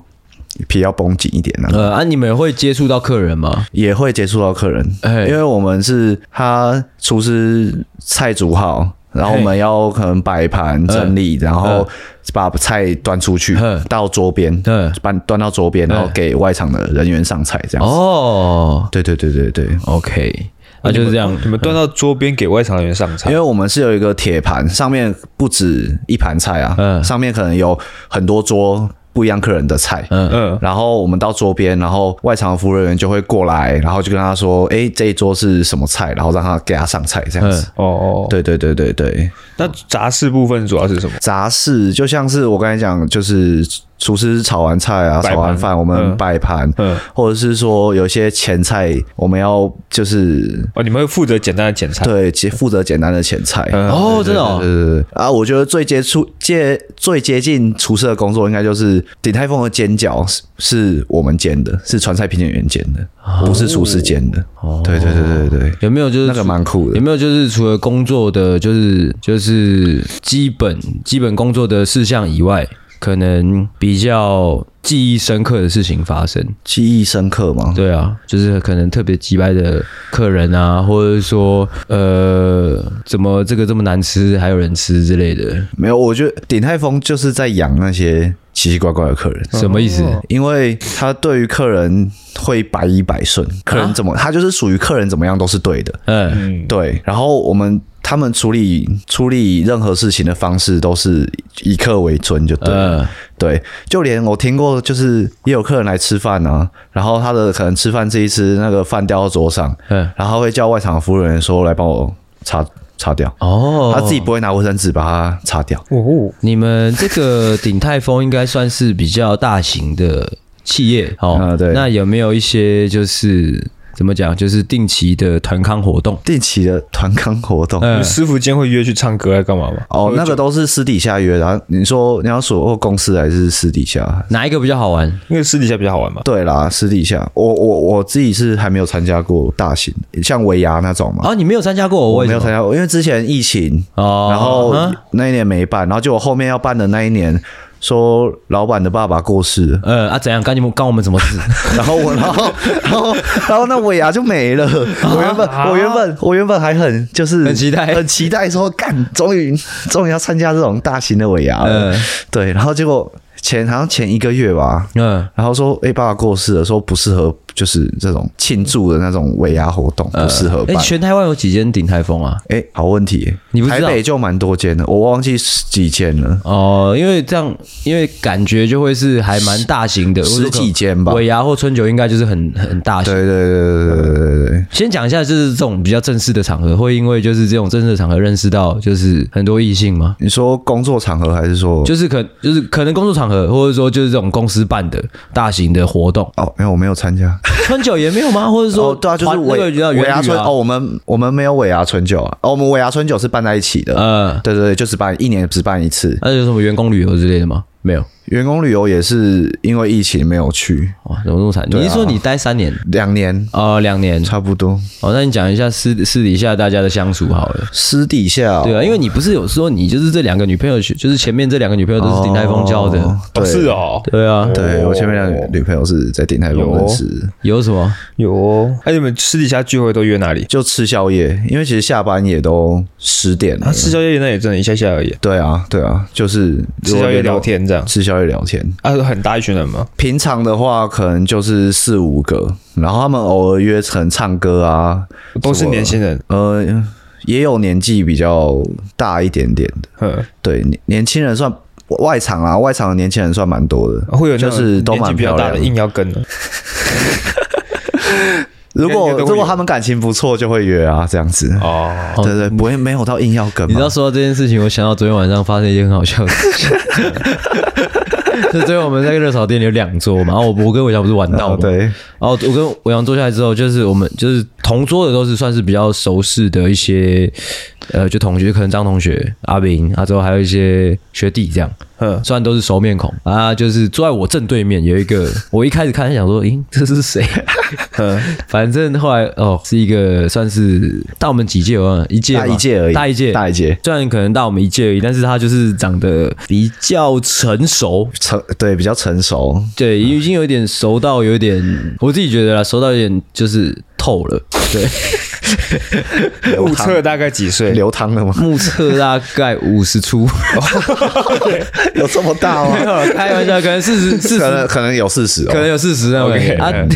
比较绷紧一点了、呃，啊，你们会接触到客人吗？也会接触到客人，哎因为我们是他厨师菜煮好，然后我们要可能摆盘整理，然后把菜端出去嗯到桌边，嗯，搬端到桌边，然后给外场的人员上菜这样子。哦对对对对对， ，OK，那就是这样。你们端到桌边给外场人员上菜因，为我们是有一个铁盘，上面不止一盘菜啊，嗯上面可能有很多桌不一样客人的菜。嗯，嗯，然后我们到桌边，然后外场的服务人员就会过来，然后就跟他说：“哎，这一桌是什么菜？”然后让他给他上菜这样子。哦哦，，对对对对对，那杂事部分主要是什么？杂事就像是我刚才讲，就是厨师炒完菜啊，摆盘炒完饭我嗯们摆盘，嗯，或者是说有些前菜我们要就是哦，你们会负责简单的检查，对，其负责简单的前菜。嗯哦，真的对哦，对对对啊！我觉得最接触接最接近厨师的工作，应该就是鼎泰丰的煎饺是是我们煎的，是川菜评检员煎的，哦不是厨师煎的。对对对对对，有没有就是那个蛮酷的有。没有就是除了工作的，就是就是基本基本工作的事项以外，可能比较记忆深刻的事情发生？记忆深刻吗？对啊，就是可能特别击败的客人啊，或者说呃，怎么这个这么难吃，还有人吃之类的，没有，我觉得鼎泰丰就是在养那些奇奇怪怪的客人。什么意思？因为他对于客人会百依百顺，客人怎么、他就是属于客人怎么样都是对的，啊嗯，嗯，对。然后我们他们处理处理任何事情的方式都是以客为尊，就对了。呃，对，就连我听过，就是也有客人来吃饭啊，然后他的可能吃饭吃一吃，那个饭掉到桌上，嗯，然后会叫外场的服务人员说来帮我擦擦掉，哦，他自己不会拿卫生纸把它擦掉。哦，你们这个鼎泰丰应该算是比较大型的企 业哦、啊对那有没有一些就是怎么讲，就是定期的团康活动？定期的团康活动。你嗯们，师傅今天会约去唱歌，要干嘛吗？哦，那个都是私底下约的、啊。你说你要说公司还是私底下？哪一个比较好玩？因为私底下比较好玩嘛。对啦，私底下。我我我自己是还没有参加过大型，像尾牙那种嘛。啊，你没有参加过，我为没什有么参加过，因为之前疫情，哦，然后啊，那一年没办，然后结果后面要办的那一年，说老板的爸爸过世 了呃啊，怎样？干你们干我们什么 事？然后我，然后，然后，然后那尾牙就 没了。我原本，我原本，我原本还很就是啊很期待很期待说，干，终于，终于要参加这种大型的尾牙了。嗯对，然后结果前好像前一个月吧，嗯，然后说，哎、爸爸过世了，说不适合，就是这种庆祝的那种尾牙活动不适合哎、办。全台湾有几间鼎泰丰啊？哎、好问题耶，你不知台道北就蛮多间的，我忘记是几间了。哦、因为这样，因为感觉就会是还蛮大型的，十几间吧尾牙或春酒应该就是很很大型。对对对对对对对对，先讲一下，就是这种比较正式的场合，会因为就是这种正式的场合认识到就是很多异性吗？你说工作场合还是说？，就是可就是可能工作场合，或者说就是这种公司办的大型的活动哦，没有，我没有参加。春酒也没有吗？或者说、哦，对啊，就是团那个尾叫尾元牙旅春啊哦，，我们我们没有尾牙春酒啊，哦，我们尾牙春酒是办在一起的。呃，对对对，就只办一年只办一次。那有什么员工旅游之类的吗？没有，员工旅游也是因为疫情没有去哇，怎么这么惨？对啊你是说你待三年？两年，哦，两年差不多。哦，那你讲一下私私底下大家的相处好了。私底下、哦、对啊，因为你不是有说你就是这两个女朋友，就是前面这两个女朋友都是鼎泰丰交的，哦哦对是哦，对啊，对我前面两个女朋友是在鼎泰丰认识的，有什么？有哦。哎，你们私底下聚会都约哪里？就吃宵夜，因为其实下班也都十点了啊，。吃宵夜那也真的一下下而已，对啊，对啊，就是吃宵夜聊，天这样。吃宵夜聊天。啊，很大一群人吗？平常的话，可能就是四五个，然后他们偶尔约成唱歌啊，都是年轻人，呃，也有年纪比较大一点点的，嗯，对，年年轻人算外场啊，外场的年轻人算蛮多哦的。哦会有那就种是年都纪蛮比较漂大亮的的硬要跟的，如果应该都会有如果他们感情不错，就会约啊，这样子。哦，对对，不会没有到硬要跟嘛。 你知道说到这件事情，我想到昨天晚上发生一件很好笑的事情。是最后我们那个热炒店有两桌嘛，然后我我跟伟翔不是玩到哦嘛，对然后我跟伟翔坐下来之后，就是我们就是同桌的都是算是比较熟识的一些，呃，就同学，可能张同学、阿炳啊，之后还有一些学弟这样，嗯，虽然都是熟面孔啊，就是坐在我正对面有一个，我一开始看想说，咦，这是谁？ 嗯反正后来哦，是一个算是大我们几届，我忘了一届吧大一届而已，大一届，大一届，虽然可能大我们一届而已，但是他就是长得比较成熟，成对比较成熟，对，已经有点熟到有点，我自己觉得啦，熟到有点就是透了，对，目测大概几岁？流汤了吗？ 目测大 概五十出，有这么大没吗？有啦开玩笑，可能四 十 四可十能可能有四十可能哦。有四十那位 OK，啊嗯，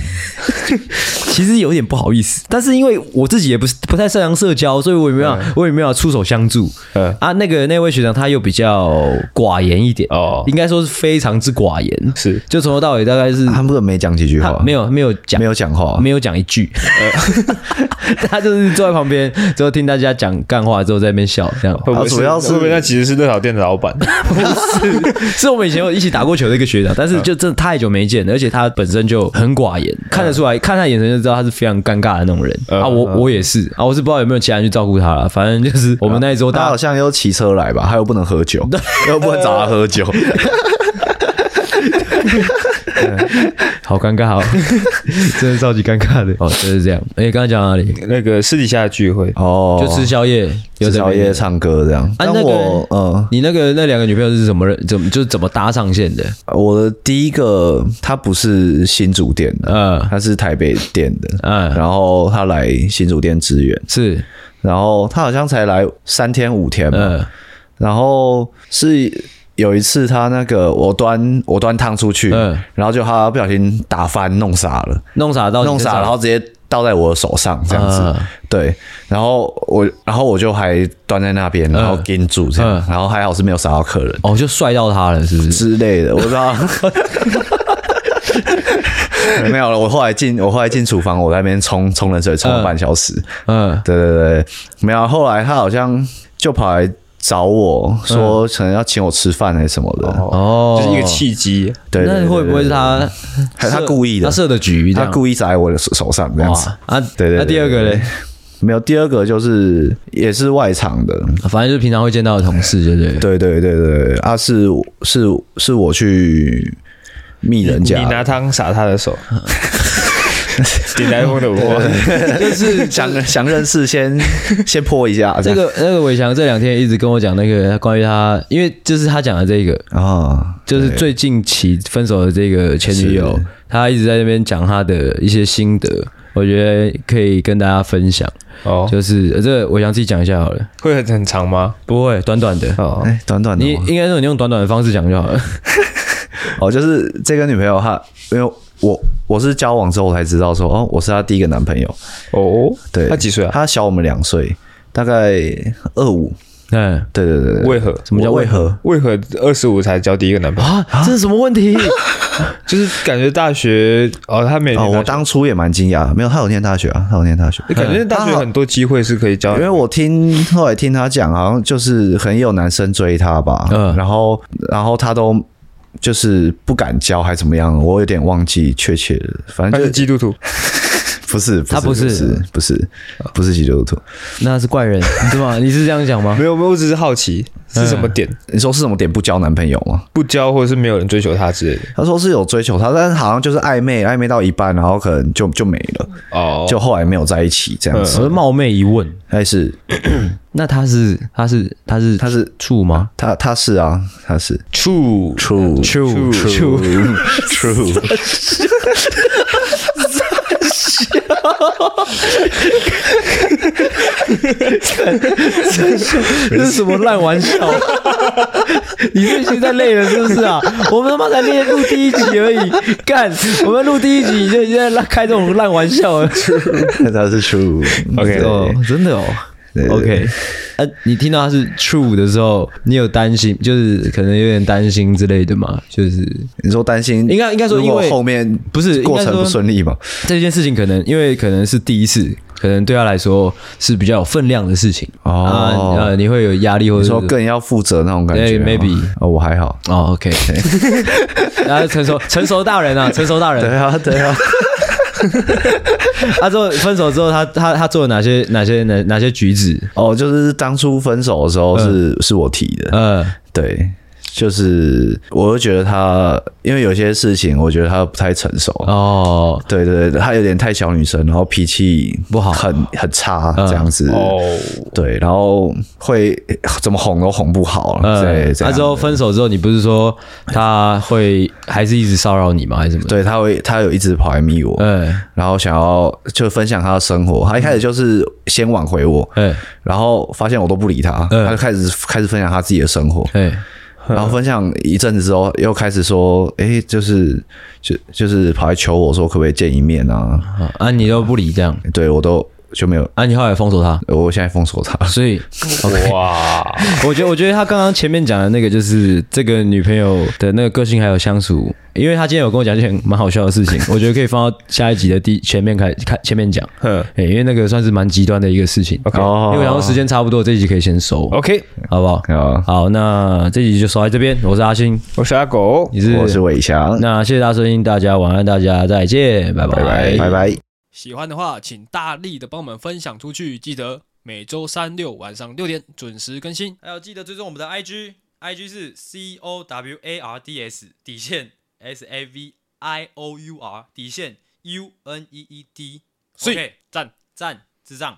其实有点不好意思，但是因为我自己也不是不太擅长社交，所以我也没有、我也没有出手相助。嗯啊，那个那位学长他又比较寡言一点，哦应该说是非常之寡言，是就从头到尾大概是、他们没讲几句他话，没有没有讲哦没有讲话，没有讲一句， 他就是坐在旁边，之后听大家讲干话，之后在那边笑，这样会不会啊主要是会不会那其实是热炒店的老板？是我们以前有一起打过球的一个学长，但嗯是就真的太久没见了，而且他本身就很寡言，看得出嗯来，看他眼神就知道他是非常尴尬的那种人嗯啊。我我也是啊，我是不知道有没有其他人去照顾他了，反正就是我们那一周他大好像又骑车来吧，他又不能喝酒，又不能找他喝 酒，好尴尬 哦，真的超级尴尬的哦，就是这样。而且刚刚讲到哪里？那个私底下的聚会，哦，就吃宵夜，有吃在那宵边夜、。唱歌这样。但啊那个我嗯，你那个那两个女朋友是怎么认怎么就是怎么搭上线的？我的第一个他不是新竹店的，嗯他是台北店的，嗯然后他来新竹店支援，是然后他好像才来三天五天吧，嗯然后是有一次他那个我端我端汤出去，嗯然后就他不小心打翻弄洒了，弄傻到你弄身洒上然后直接倒在我的手上这样子，嗯对，然后我然后我就还端在那边，然后盯住这样，嗯然后还好是没有洒到客人。哦就帅到他了，是不是？之类的，我不知 道。没有了，我后来进我后来进厨房，我在那边冲冲冷水，冲了半小时。嗯对对对，没有。后来他好像就跑来找我说，可能要请我吃饭还是什么的。哦，就是一个契机。对对对那会不会是他还设他故意的他设的局这他样，故意砸在我的手手上这样子哇。啊，对对对那第二个嘞，没有，第二个就是也是外场的，啊反正就是平常会见到的同事，对不对？对对对对对，啊是是是我去密人你家的，拿 汤洒他的手，顶台 风的文化。就是想想认识先 先泼一下这个那个伟翔这两天一直跟我讲那个关于他，因为就是他讲的这个，啊，就是最近期分手的这个前女友是，他一直在那边讲他的一些心得，我觉得可以跟大家分享。哦，就是呃这个伟翔自己讲一下好了，会很很长吗？不会短短的，哦，哎，短短的你吗应该说你用短短的方式讲就好了。 哦，就是这个女朋友她，因为我我是交往之后我才知道说，哦，我是她第一个男朋友，哦，对，他几岁啊？她小我们两岁，大概二五，嗯，对对对对，为何？什么叫为何？为何二十五才交第一个男朋友？啊？这是什么问 题？就是感觉大学哦，他每哦，年我大学当初也蛮惊讶，没有，她有念大学啊，她有念大学，感觉大学很多机会是可以交因为我听后来听她讲，好像就是很有男生追她吧，嗯然后然后她都。就是不敢交还怎么样，我有点忘记确切的，反他正是就基督徒，不是，他不不是是，不是，不是基督徒。那是怪人是吗？你是这样啊讲吗没？有没有，我只是好奇是什么点你说是什么点不交男朋友吗？不交，或者是没有人追求他之类的他说是有追求他，但是好像就是暧昧，暧昧到一半，然后可能就就没了，哦，就后来没有在一起这样我子。是冒昧一问，但是那他是他是他是他是处吗？他他是啊，他是 true true True true true， 这是什么烂玩笑？ 你最近在累了是不是啊？我们他妈才练录第一集而已，干！我们录第一集 你就已经在开这种烂玩笑了。哦 他是 true。 OK 对哦，真的哦， OK，呃、你听到它是 true 的时候，你有担心，就是可能有点担心之类的嘛？就是你说担心，应该应该说如因果为后面不是应该过程说不顺利嘛？这件事情可能因为可能是第一次，可能对他来说是比较有分量的事情哦啊，呃，你会有压力或你者说是更要负责那种感觉对吗，maybe 哦，我 还好。哦，OK，然后 成熟成熟大人啊，成熟大对人，啊，对啊，他之后分手之后，他他他做了哪些哪些哪哪些举止？ 哦，就是当初分手的时候是嗯是我提的，呃，对，就是我就觉得他，因为有些事情我觉得他不太成熟，哦，对对对，她有点太小女生，然后脾气不好很很差这样嗯子， 哦，对，然后会怎么哄都哄不好，呃对，，这他样之后分手之后，你不是说他会还是一直骚扰你吗？还是什么？，对他会他有一直跑来密我，呃，然后想要就分享他的生活，他一开始就是先挽回我，哎然后发现我都不理他，嗯他就开始开始分享他自己的生活，哎，然后分享一阵子之后，又开始说，哎，就是就就是跑来求我说可不可以见一面啊？好啊，你都不理这样，对我都就没有，啊，你后来封锁他，我现在封锁他。所以 哇，我觉得，我觉得他刚刚前面讲的那个，就是这个女朋友的那个个性还有相处，因为他今天有跟我讲一件蛮好笑的事情，我觉得可以放到下一集的第前面开开前面讲，哼哎、因为那个算是蛮极端的一个事情。 OK 因为我想说时间差不多，这一集可以先收，OK，好不好？啊，好，那这一集就收在这边，我是阿星，我是阿狗，你是，我是伟翔，那谢谢大家收听，大家晚安，大家再见，拜拜，拜拜。喜欢的话，请大力的帮我们分享出去。记得每周三六晚上六点准时更新。还有记得追踪我们的 IG，IG 是 C O W A R D S 底线 S A V I O U R 底线 U N E E D。所以 OK，赞赞智障。